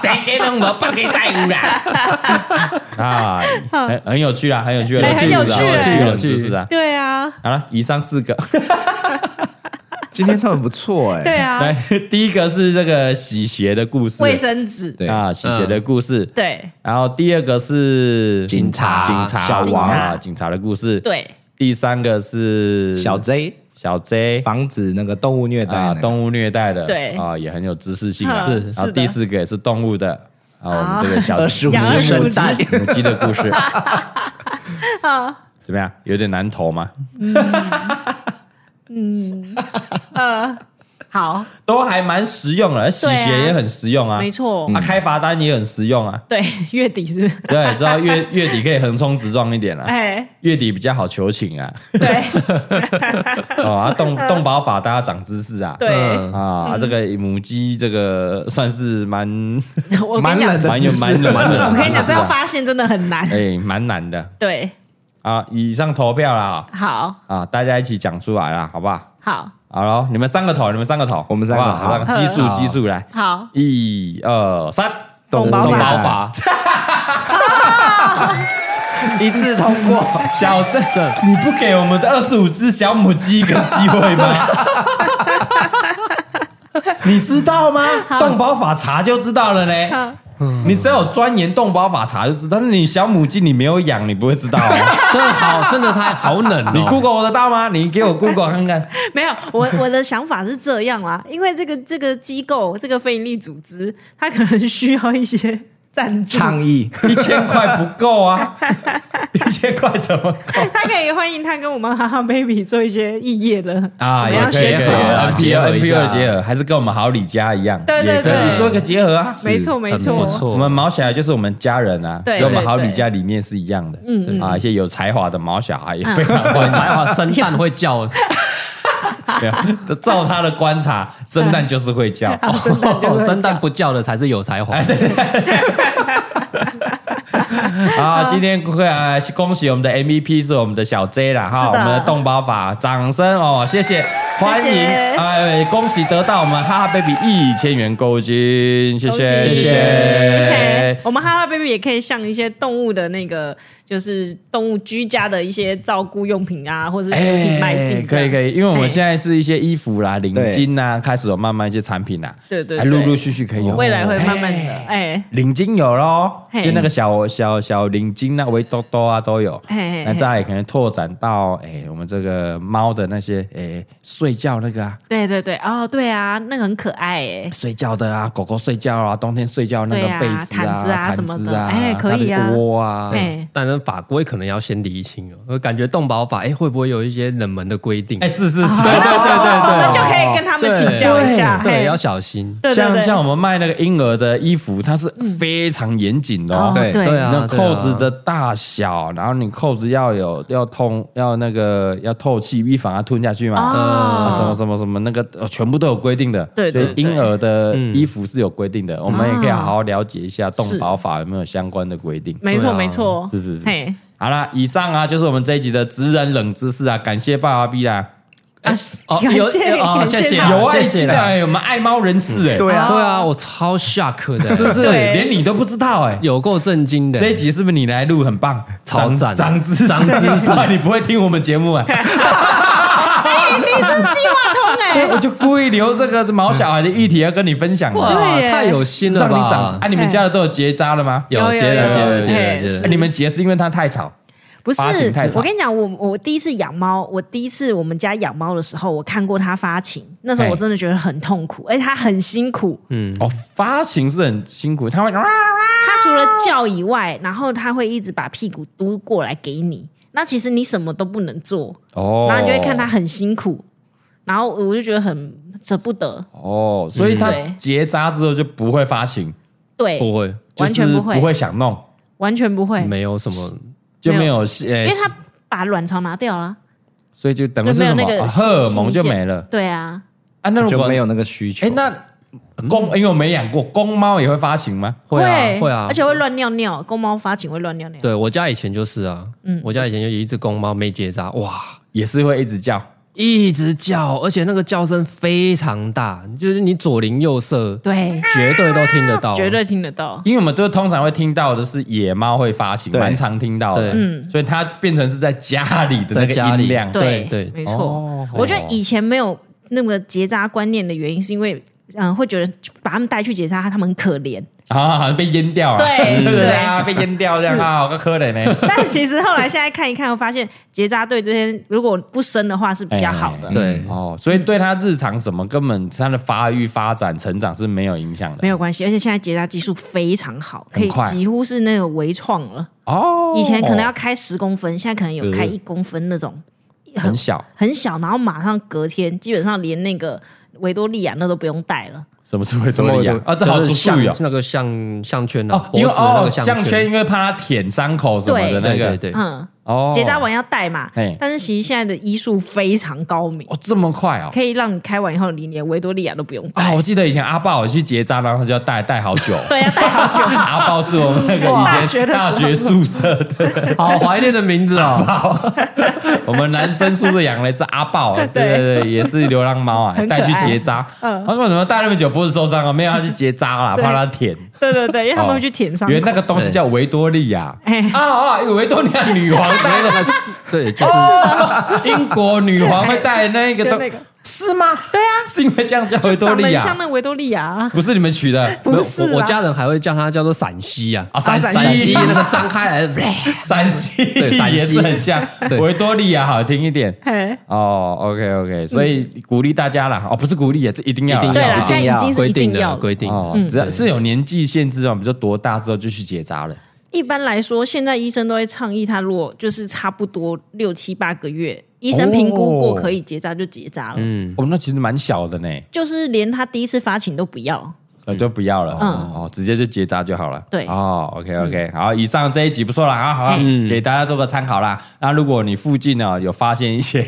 Speaker 2: 谁给人我放给晒污啦？啊，很很有趣啊，很有趣啊，
Speaker 3: 哎很有
Speaker 2: 知识啊
Speaker 3: 趣
Speaker 2: 有趣
Speaker 3: 哎
Speaker 2: 有趣知识啊。
Speaker 3: 对啊，
Speaker 2: 好了，以上四个。
Speaker 4: 今天都很不错哎、
Speaker 3: 对啊，
Speaker 2: 来，第一个是这个洗鞋的故事，
Speaker 3: 卫生纸，
Speaker 4: 对
Speaker 2: 啊，洗鞋的故事。
Speaker 3: 对
Speaker 2: 然后第二个是
Speaker 4: 警察
Speaker 2: 警察
Speaker 4: 小
Speaker 3: 王
Speaker 2: 啊，警察的故事。，
Speaker 3: 对，
Speaker 2: 第三个是
Speaker 4: 小 J
Speaker 2: 小 J
Speaker 4: 防止那个动物虐待、
Speaker 2: 啊，动物虐待的，
Speaker 3: 对嗯
Speaker 2: 啊，也很有知识性啊。
Speaker 5: 是
Speaker 2: 然后第四个也是动物的啊，我们这个小
Speaker 4: 二十五
Speaker 3: 养
Speaker 4: 只
Speaker 3: 25
Speaker 4: 母
Speaker 3: 只
Speaker 4: 鸡，
Speaker 2: 母鸡的故 事。怎么样？有点难投吗？
Speaker 3: 好，
Speaker 2: 都还蛮实用的，洗
Speaker 3: 对啊
Speaker 2: 鞋也很实用啊，
Speaker 3: 没错
Speaker 2: 啊，开罚单也很实用啊。
Speaker 3: 对， 月底是不是？
Speaker 2: 对，知道月月底可以横冲直撞一点啊，
Speaker 3: 哎，
Speaker 2: 月底比较好求情啊。
Speaker 3: 对
Speaker 2: 哦，啊， 动动保法大家长知识啊。
Speaker 3: 嗯对，
Speaker 5: 嗯
Speaker 3: 嗯
Speaker 2: 啊，这个母鸡这个算是蛮
Speaker 3: 我跟
Speaker 4: 蛮
Speaker 3: 你讲
Speaker 4: 冷，的
Speaker 2: 蛮
Speaker 4: 知
Speaker 2: 有
Speaker 4: 识，
Speaker 2: 蛮冷蛮冷。
Speaker 3: 我跟你讲，
Speaker 2: 知
Speaker 3: 这
Speaker 2: 识啊
Speaker 3: 要发现真的很难。
Speaker 2: 哎，蛮难的
Speaker 3: 对，
Speaker 2: 啊。以上投票啦，
Speaker 3: 好
Speaker 2: 啊，大家一起讲出来啦，好不好？
Speaker 3: 好
Speaker 2: 好咯，你们三个投，你们三个投，
Speaker 4: 我们三个
Speaker 2: 好不好
Speaker 4: 好
Speaker 2: 好不好基数基数来，
Speaker 3: 好，
Speaker 2: 一二三，
Speaker 4: 动
Speaker 3: 保
Speaker 4: 物虐
Speaker 3: 法
Speaker 4: 待，
Speaker 5: 法，
Speaker 4: 一致通过。
Speaker 2: 小镇的，你不给我们的二十五只小母鸡一个机会吗？你知道吗？动保法查就知道了呢。你只有钻研动保法查就知道，但是你小母鸡你没有养，你不会知道、 哦。
Speaker 5: 真的好，真的太好冷哦。
Speaker 2: 你 Google 得到吗？你给我 Google 看看。
Speaker 3: 没有，我我的想法是这样啦，因为这个这个机构，这个非营利组织，它可能需要一些赞助，
Speaker 4: 倡 议，
Speaker 2: 一千块不够啊，一千块怎么够
Speaker 3: 它可以欢迎他跟我们哈哈 baby 做一些异业的
Speaker 2: 啊？
Speaker 3: 我们
Speaker 2: 也
Speaker 3: 要
Speaker 2: 可以，
Speaker 3: 宣
Speaker 2: 也可以
Speaker 3: 传
Speaker 2: 啊结合
Speaker 5: 结合一
Speaker 2: NPO
Speaker 5: 下
Speaker 2: 结合，还是跟我们好李家一样，
Speaker 3: 对对
Speaker 2: 也可以
Speaker 3: 对
Speaker 2: 做一个结合啊。
Speaker 3: 没错没错，
Speaker 5: 很不错
Speaker 2: 我们毛小孩就是我们家人啊，
Speaker 3: 对
Speaker 2: 跟我们
Speaker 3: 对
Speaker 2: 好
Speaker 3: 对
Speaker 2: 李家理念是一样的。嗯啊，一些有才华的毛小孩也
Speaker 3: 嗯
Speaker 2: 非常
Speaker 5: 我
Speaker 2: 会
Speaker 5: 才华生蛋会叫，
Speaker 2: 没有就照他的观察，生蛋就是会 叫。
Speaker 3: 生蛋就是会
Speaker 2: 哎
Speaker 5: 生蛋不叫的才是有才华。
Speaker 2: 啊，今天呃恭喜我们的 MVP 是我们的小 J 啦哈，
Speaker 3: 是
Speaker 2: 我
Speaker 3: 的
Speaker 2: 们的动包法，掌声哦，谢谢，欢
Speaker 3: 谢
Speaker 2: 迎，
Speaker 3: 谢
Speaker 2: 哎，恭喜得到我们哈哈 baby 一千元购金，谢谢，
Speaker 3: 恭
Speaker 2: 谢
Speaker 3: 喜
Speaker 2: 谢
Speaker 3: OK，。我们哈哈 baby 也可以像一些动物的那个，就是动物居家的一些照顾用品啊，或者是食品迈进
Speaker 2: 哎可
Speaker 3: 这样、
Speaker 2: 以可以，因为我们
Speaker 3: 哎
Speaker 2: 现在是一些衣服啦、领
Speaker 4: 对
Speaker 2: 巾啊，开始有慢慢一些产品啦，
Speaker 3: 对对
Speaker 2: 还
Speaker 3: 对
Speaker 2: 陆陆续续可以有，哦
Speaker 3: 未来会慢慢的，哎、
Speaker 2: 领巾有咯，
Speaker 3: 嘿
Speaker 2: 就那个小小小领巾那围兜兜啊都有。
Speaker 3: 嘿嘿嘿
Speaker 2: 那再来可能拓展到诶、我们这个猫的那些诶、睡觉那个啊，
Speaker 3: 对对对，哦，对啊，那个很可爱哎、
Speaker 2: 睡觉的啊，狗狗睡觉啊，冬天睡觉那个
Speaker 3: 对啊
Speaker 2: 被子
Speaker 3: 毯子啊
Speaker 2: 啊、
Speaker 3: 什么的
Speaker 2: 毯子啊
Speaker 3: 哎可以啊
Speaker 2: 它的窝啊，
Speaker 3: 哎、
Speaker 5: 但是法规可能要先理清哦，我感觉动保法哎、会不会有一些冷门的规定？
Speaker 2: 哎、是是是，对对对对
Speaker 3: 我
Speaker 2: 对，
Speaker 3: 哦们就可以跟他们啊请教一下，哎
Speaker 5: 对，
Speaker 3: 嘿
Speaker 5: 要小心。
Speaker 3: 对对
Speaker 2: 像
Speaker 3: 对，
Speaker 2: 像我们卖那个婴儿的衣服，它是非常严谨的哦
Speaker 3: 哦。
Speaker 4: 对
Speaker 3: 对
Speaker 5: 对啊，
Speaker 2: 那扣子的大小，然后你扣子要有要通要那个要透气，预防它吞下去嘛。
Speaker 3: 哦
Speaker 2: 啊，什么什么什么那个，呃全部都有规定的。
Speaker 3: 对对
Speaker 2: 所以
Speaker 3: 对
Speaker 2: 婴儿的
Speaker 5: 嗯
Speaker 2: 衣服是有规定的，我们也可以好好了解一下动
Speaker 3: 是
Speaker 2: 保法有没有相关的规定。
Speaker 3: 没错
Speaker 5: 对啊
Speaker 3: 没错，
Speaker 2: 是是是
Speaker 3: 嘿
Speaker 2: 好啦，以上啊就是我们这一集的职人冷知识啊，感谢爸爸 B 啦，
Speaker 3: 啊，
Speaker 5: 哦
Speaker 3: 感
Speaker 5: 有
Speaker 3: 谢
Speaker 5: 有哦
Speaker 3: 感
Speaker 5: 谢谢
Speaker 3: 他
Speaker 5: 啊
Speaker 2: 有爱
Speaker 5: 谢
Speaker 2: 心
Speaker 5: 谢
Speaker 2: 的，
Speaker 5: 啦
Speaker 2: 哎我们爱猫人士哎，
Speaker 4: 对啊，
Speaker 5: 对啊，我超 shock 的，
Speaker 2: 是不是？
Speaker 3: 对
Speaker 2: 连你都不知道哎。
Speaker 5: 有够震惊的？
Speaker 2: 这一集是不是你来录很棒？
Speaker 5: 超赞
Speaker 2: 长知识，
Speaker 5: 长知 识
Speaker 2: 哇你不会听我们节目啊？
Speaker 3: 你真哎是计划通哎、
Speaker 2: 我就故意留这个毛小孩的议题要跟你分享嘛，
Speaker 5: 哇
Speaker 3: 对耶
Speaker 5: 太有心了
Speaker 2: 让
Speaker 5: 吧？
Speaker 2: 你长。啊，你们家的都有结扎了吗？
Speaker 5: 有
Speaker 3: 有
Speaker 5: 接
Speaker 3: 有
Speaker 5: 了接
Speaker 2: 有
Speaker 5: 了接
Speaker 3: 嘿
Speaker 5: 了接了
Speaker 3: 是
Speaker 2: 啊你们结是因为它太吵，
Speaker 3: 不是
Speaker 2: 发情太，长
Speaker 3: 我跟你讲，我我第一次养猫，我第一次我们家养猫的时候，我看过它发情，那时候
Speaker 2: 嘿
Speaker 5: 哎
Speaker 3: 我真的觉得很痛苦，而且它很辛苦。
Speaker 5: 嗯
Speaker 4: 嗯
Speaker 2: 哦，发情是很辛苦，它会啊
Speaker 3: 它除了叫以外，然后它会一直把屁股嘟过来给你，那其实你什么都不能做，
Speaker 2: 哦
Speaker 3: 然后你就会看它很辛苦，然后我就觉得很舍不得，
Speaker 2: 哦，所以它
Speaker 3: 嗯对
Speaker 2: 结扎之后就不会发情，
Speaker 3: 对，
Speaker 5: 不会，
Speaker 2: 就是
Speaker 3: 完全不
Speaker 2: 不
Speaker 3: 会
Speaker 2: 会想弄，
Speaker 3: 完全不会，
Speaker 5: 哦没有什么
Speaker 2: 就没
Speaker 3: 没
Speaker 2: 有呃，
Speaker 3: 因为它把卵巢拿掉了，
Speaker 2: 所以就等于
Speaker 3: 就是没
Speaker 2: 什
Speaker 3: 有
Speaker 2: 么
Speaker 3: 那个
Speaker 2: 啊
Speaker 3: 新
Speaker 2: 荷尔蒙就
Speaker 3: 新鲜
Speaker 2: 没了
Speaker 3: 对啊，
Speaker 2: 啊？那如
Speaker 4: 就
Speaker 2: 果
Speaker 4: 没有那嗯个需求。
Speaker 2: 哎，那公因为我没养过公猫也会发情吗？
Speaker 5: 会啊会啊
Speaker 3: 而，且会乱尿尿，公猫发情会乱尿尿，
Speaker 5: 对我家以前就是啊，
Speaker 3: 嗯
Speaker 5: 我家以前就有一只公猫没结扎，哇，
Speaker 2: 也是会一直叫。
Speaker 5: 一直叫，而且那个叫声非常大，就是你左邻右舍
Speaker 3: 对，
Speaker 5: 绝对都听得到，啊
Speaker 3: 绝对听得到。
Speaker 2: 因为我们都通常会听到的是野猫会发情，
Speaker 4: 对
Speaker 2: 蛮常听到的，
Speaker 5: 对
Speaker 2: 所以它变成是在家里的那
Speaker 5: 在家
Speaker 2: 个
Speaker 5: 里
Speaker 2: 音量，
Speaker 3: 嗯对
Speaker 5: 对对
Speaker 3: 没错。
Speaker 2: 哦
Speaker 3: 我觉得以前没有那么结扎观念的原因，是因为嗯，会觉得把他们带去结扎，他们很可 怜。
Speaker 2: 啊，好像被淹掉了， 不
Speaker 3: 对
Speaker 2: 对啊？被淹掉这样
Speaker 3: 是
Speaker 2: 啊，好个可怜呢。
Speaker 3: 但其实后来现在看一看，我发现结扎对这些如果不生的话是比较好的，
Speaker 2: 哎
Speaker 5: 对
Speaker 2: 哦，所以对它日常什么根本它的发育、发展、成长是没有影响
Speaker 3: 没
Speaker 2: 的。
Speaker 3: 有关系。而且现在结扎技术非常好，可
Speaker 2: 很
Speaker 3: 以
Speaker 2: 快
Speaker 3: 几乎是那个微创了。
Speaker 2: 哦，
Speaker 3: 以前可能要开十公分，现在可能有开一公分那种
Speaker 2: 很小，
Speaker 3: 很小，然后马上隔天基本上连那个维多利亚那都不用戴了。
Speaker 2: 什么是会多养啊？这好
Speaker 5: 就是
Speaker 2: 注
Speaker 5: 像
Speaker 2: 意哦。
Speaker 5: 那个项项圈啊
Speaker 2: 哦，，
Speaker 5: 脖
Speaker 2: 因
Speaker 5: 子
Speaker 2: 为
Speaker 5: 的那
Speaker 2: 哦，
Speaker 5: 个
Speaker 2: 项圈因为怕它舔伤口什么的
Speaker 3: 对
Speaker 2: 那
Speaker 5: 对对
Speaker 2: 个，
Speaker 5: 对，
Speaker 3: 嗯，
Speaker 2: 哦，哎
Speaker 3: 结扎完要戴嘛
Speaker 2: 嘿，
Speaker 3: 但是其实现在的医术非常高明。
Speaker 2: 哦，这么快哦，
Speaker 3: 可以让你开完以后，你连维多利亚都不用
Speaker 2: 啊，
Speaker 3: 戴。
Speaker 2: 我记得以前阿豹有去结扎，然后他就要戴戴好 久。
Speaker 3: 对，要戴好 久。
Speaker 2: 阿豹是我们那个
Speaker 3: 哇
Speaker 2: 以前大
Speaker 3: 大学的时候
Speaker 2: 学宿舍的，
Speaker 3: 嗯
Speaker 5: 好怀念的名字 哦，
Speaker 2: 我们男生宿舍养了一只阿豹，啊对
Speaker 3: 对
Speaker 2: 对对，也是流浪猫啊，
Speaker 3: 很可
Speaker 2: 带
Speaker 3: 爱嗯
Speaker 2: 去结扎。他说为什么戴那么久不是受伤啊？没有，他去结扎了，
Speaker 3: 对
Speaker 2: 怕它舔。
Speaker 3: 对对对，因为他们会去舔伤口。
Speaker 2: 原来那个东西叫维多利亚
Speaker 3: 哎
Speaker 2: 啊啊，维多利亚女王戴的，
Speaker 5: 对，就是
Speaker 2: 英国女王会戴那个
Speaker 3: 就
Speaker 2: 东
Speaker 3: 那个
Speaker 2: 是吗？对啊，是因为这样叫维多
Speaker 3: 长得
Speaker 2: 利
Speaker 3: 很像
Speaker 2: 亚，
Speaker 3: 那维多利亚啊，
Speaker 2: 不是你们取的
Speaker 3: 不是
Speaker 5: 我我
Speaker 3: 啦
Speaker 5: 家人还会叫它叫做陕西啊，
Speaker 2: 啊？陕
Speaker 5: 陕西
Speaker 2: 西
Speaker 5: 那个张开来的，
Speaker 2: 陕西
Speaker 5: 对陕西
Speaker 2: 也是很像
Speaker 5: 对
Speaker 2: 维多利亚，好听一点。
Speaker 3: 嘿，
Speaker 2: 哦，OK OK，所以
Speaker 3: 嗯
Speaker 2: 鼓励大家啦，哦，不是鼓励啊，这一定要啦，
Speaker 5: 一定
Speaker 3: 对
Speaker 5: 要
Speaker 3: 啦，嗯现在已经是
Speaker 5: 规
Speaker 3: 一
Speaker 5: 定
Speaker 3: 定要
Speaker 5: 的
Speaker 3: 了。
Speaker 5: 规定，
Speaker 2: 哦，只要是有年纪限制啊，比如说多大之后就去结扎了，
Speaker 3: 一般来说，现在医生都会倡议他，如果就是差不多六七八个月，医生评估过
Speaker 2: 哦
Speaker 3: 可以结扎就结扎了，
Speaker 5: 嗯，
Speaker 2: 哦，那其实蛮小的呢，
Speaker 3: 就是连他第一次发情都不要。
Speaker 2: 呃，就不要了，
Speaker 3: 嗯
Speaker 2: 哦，直接就结扎就好了，
Speaker 3: 对嗯
Speaker 2: 哦，OK OK，好，以上这一集不错啦，啊，好啦，
Speaker 5: 嗯
Speaker 2: 给大家做个参考啦。那如果你 附近呢有发现一些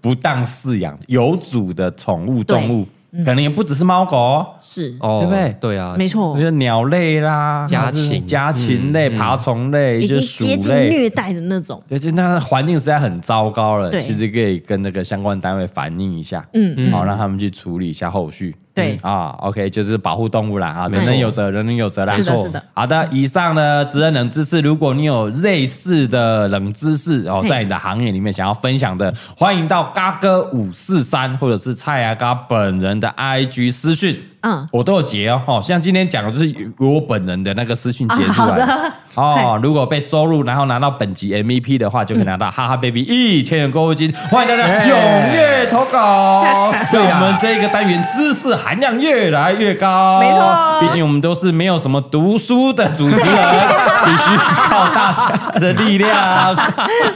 Speaker 2: 不当饲养有主的宠物动物，
Speaker 3: 嗯
Speaker 2: 可能也不只是猫狗哦，
Speaker 3: 是，
Speaker 5: 哦，
Speaker 2: 对不对
Speaker 5: 对啊，
Speaker 3: 没错
Speaker 2: 就，是鸟类啦、
Speaker 5: 家禽
Speaker 2: 或者是家禽类、爬虫类，
Speaker 3: 嗯已经
Speaker 2: 就是
Speaker 3: 接
Speaker 2: 鼠
Speaker 3: 近
Speaker 2: 类。
Speaker 3: 虐待的那种。
Speaker 2: 而且那环境实在很糟糕了，
Speaker 3: 对
Speaker 2: 其实可以跟那个相关单位反映一下，嗯，好、让他们去处理一下后续。
Speaker 3: 对
Speaker 2: 嗯啊，OK，就是保护动物啦啊，
Speaker 5: 没
Speaker 2: 人
Speaker 5: 错
Speaker 2: 人有责，人人有责啦。
Speaker 3: 是的是的。
Speaker 2: 好的，以上呢，职人冷知识，如果你有类似的冷知识哦，
Speaker 3: 嘿
Speaker 2: 在你的行业里面想要分享的，欢迎到嘎哥五四三或者是蔡阿嘎本人的 IG 私讯。
Speaker 3: 嗯
Speaker 2: 我都有截哦，哦像今天讲的就是由我本人的那个私讯截出来、哦。如果被收录，然后拿到本集 MVP 的话，就可以拿
Speaker 3: 嗯
Speaker 2: 到哈哈 baby 一千元购物金。欢迎大家踊跃投 稿，
Speaker 3: 啊
Speaker 2: 所以我们这个单元知识含量越来越高。
Speaker 3: 没错
Speaker 2: 毕竟我们都是没有什么读书的主持人，必须靠大家的力 量。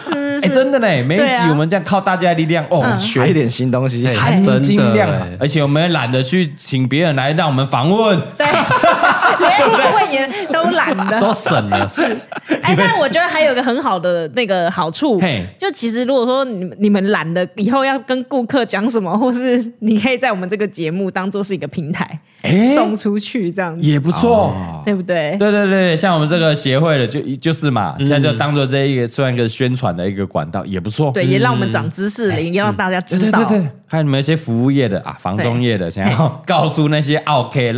Speaker 3: 是
Speaker 2: 哎，
Speaker 3: 是啊
Speaker 2: 真的呢，每一
Speaker 3: 对
Speaker 2: 集
Speaker 3: 啊
Speaker 2: 我们这样靠大家的力量哦，
Speaker 4: 学一点新东西，
Speaker 5: 哎
Speaker 2: 含
Speaker 5: 真
Speaker 2: 金
Speaker 5: 的
Speaker 2: 量啊
Speaker 5: 哎，
Speaker 2: 而且我们也懒得去请别人来让我们访问。
Speaker 3: 对， 连顾问也都懒得。
Speaker 5: 都省 了，
Speaker 3: 哎，但我觉得还有一个很好的那个好处
Speaker 2: 嘿，
Speaker 3: 就其实如果说你们你们懒得以后要跟顾客讲什么，或是你可以在我们这个节目当做是一个平台
Speaker 2: 哎
Speaker 3: 送出去，这样子
Speaker 2: 也不错。
Speaker 5: 哦
Speaker 3: 对不对？
Speaker 2: 对对对对，像我们这个协会的就就是嘛，
Speaker 5: 嗯
Speaker 2: 这样就当做这一个算一个宣传的一个管道，也不错。
Speaker 3: 对，也让我们长知识了，也让大家知道
Speaker 2: 哎对。对对，还有你们一些服务业的啊，房东业的，想要告诉那些 OK，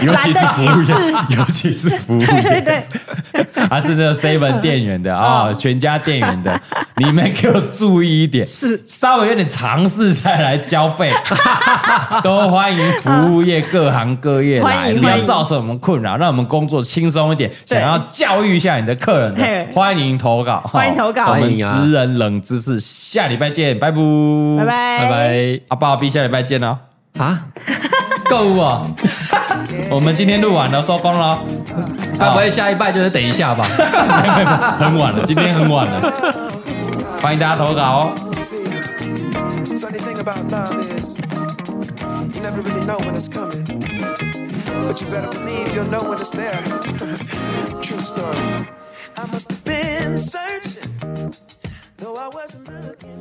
Speaker 2: 尤其是服务业， 尤其是服务业，对对 对，还是这 seven 店员的 啊，全家店员的，你们给我注意一点，
Speaker 3: 是
Speaker 2: 稍微有点尝试再来消 费，都欢迎服务业各行各业
Speaker 3: 欢
Speaker 2: 来，
Speaker 3: 迎
Speaker 2: 不要
Speaker 3: 欢迎
Speaker 2: 造成我们困扰，让我们工作轻松一点。
Speaker 3: 对
Speaker 2: 想要教育一下你的客人
Speaker 3: 嘿
Speaker 2: 的，欢迎投稿，
Speaker 3: 欢迎投稿
Speaker 2: 我们
Speaker 5: 欢迎啊
Speaker 2: 职人冷知识，下礼拜见，拜拜。
Speaker 3: 拜拜
Speaker 2: 拜拜，阿爸阿 B 下礼拜见哦。
Speaker 5: 啊，
Speaker 2: 购物 哦，我们今天录完了，收工了哦，
Speaker 5: 该不会下一拜就是等一下吧？
Speaker 2: 哦 很晚了，今天很晚了，欢迎大家投稿哦。
Speaker 1: See, funny thing about love is you never really know when it's coming, but you better believe you'll know when it's there. True story. I must have been searching, though I wasn't looking.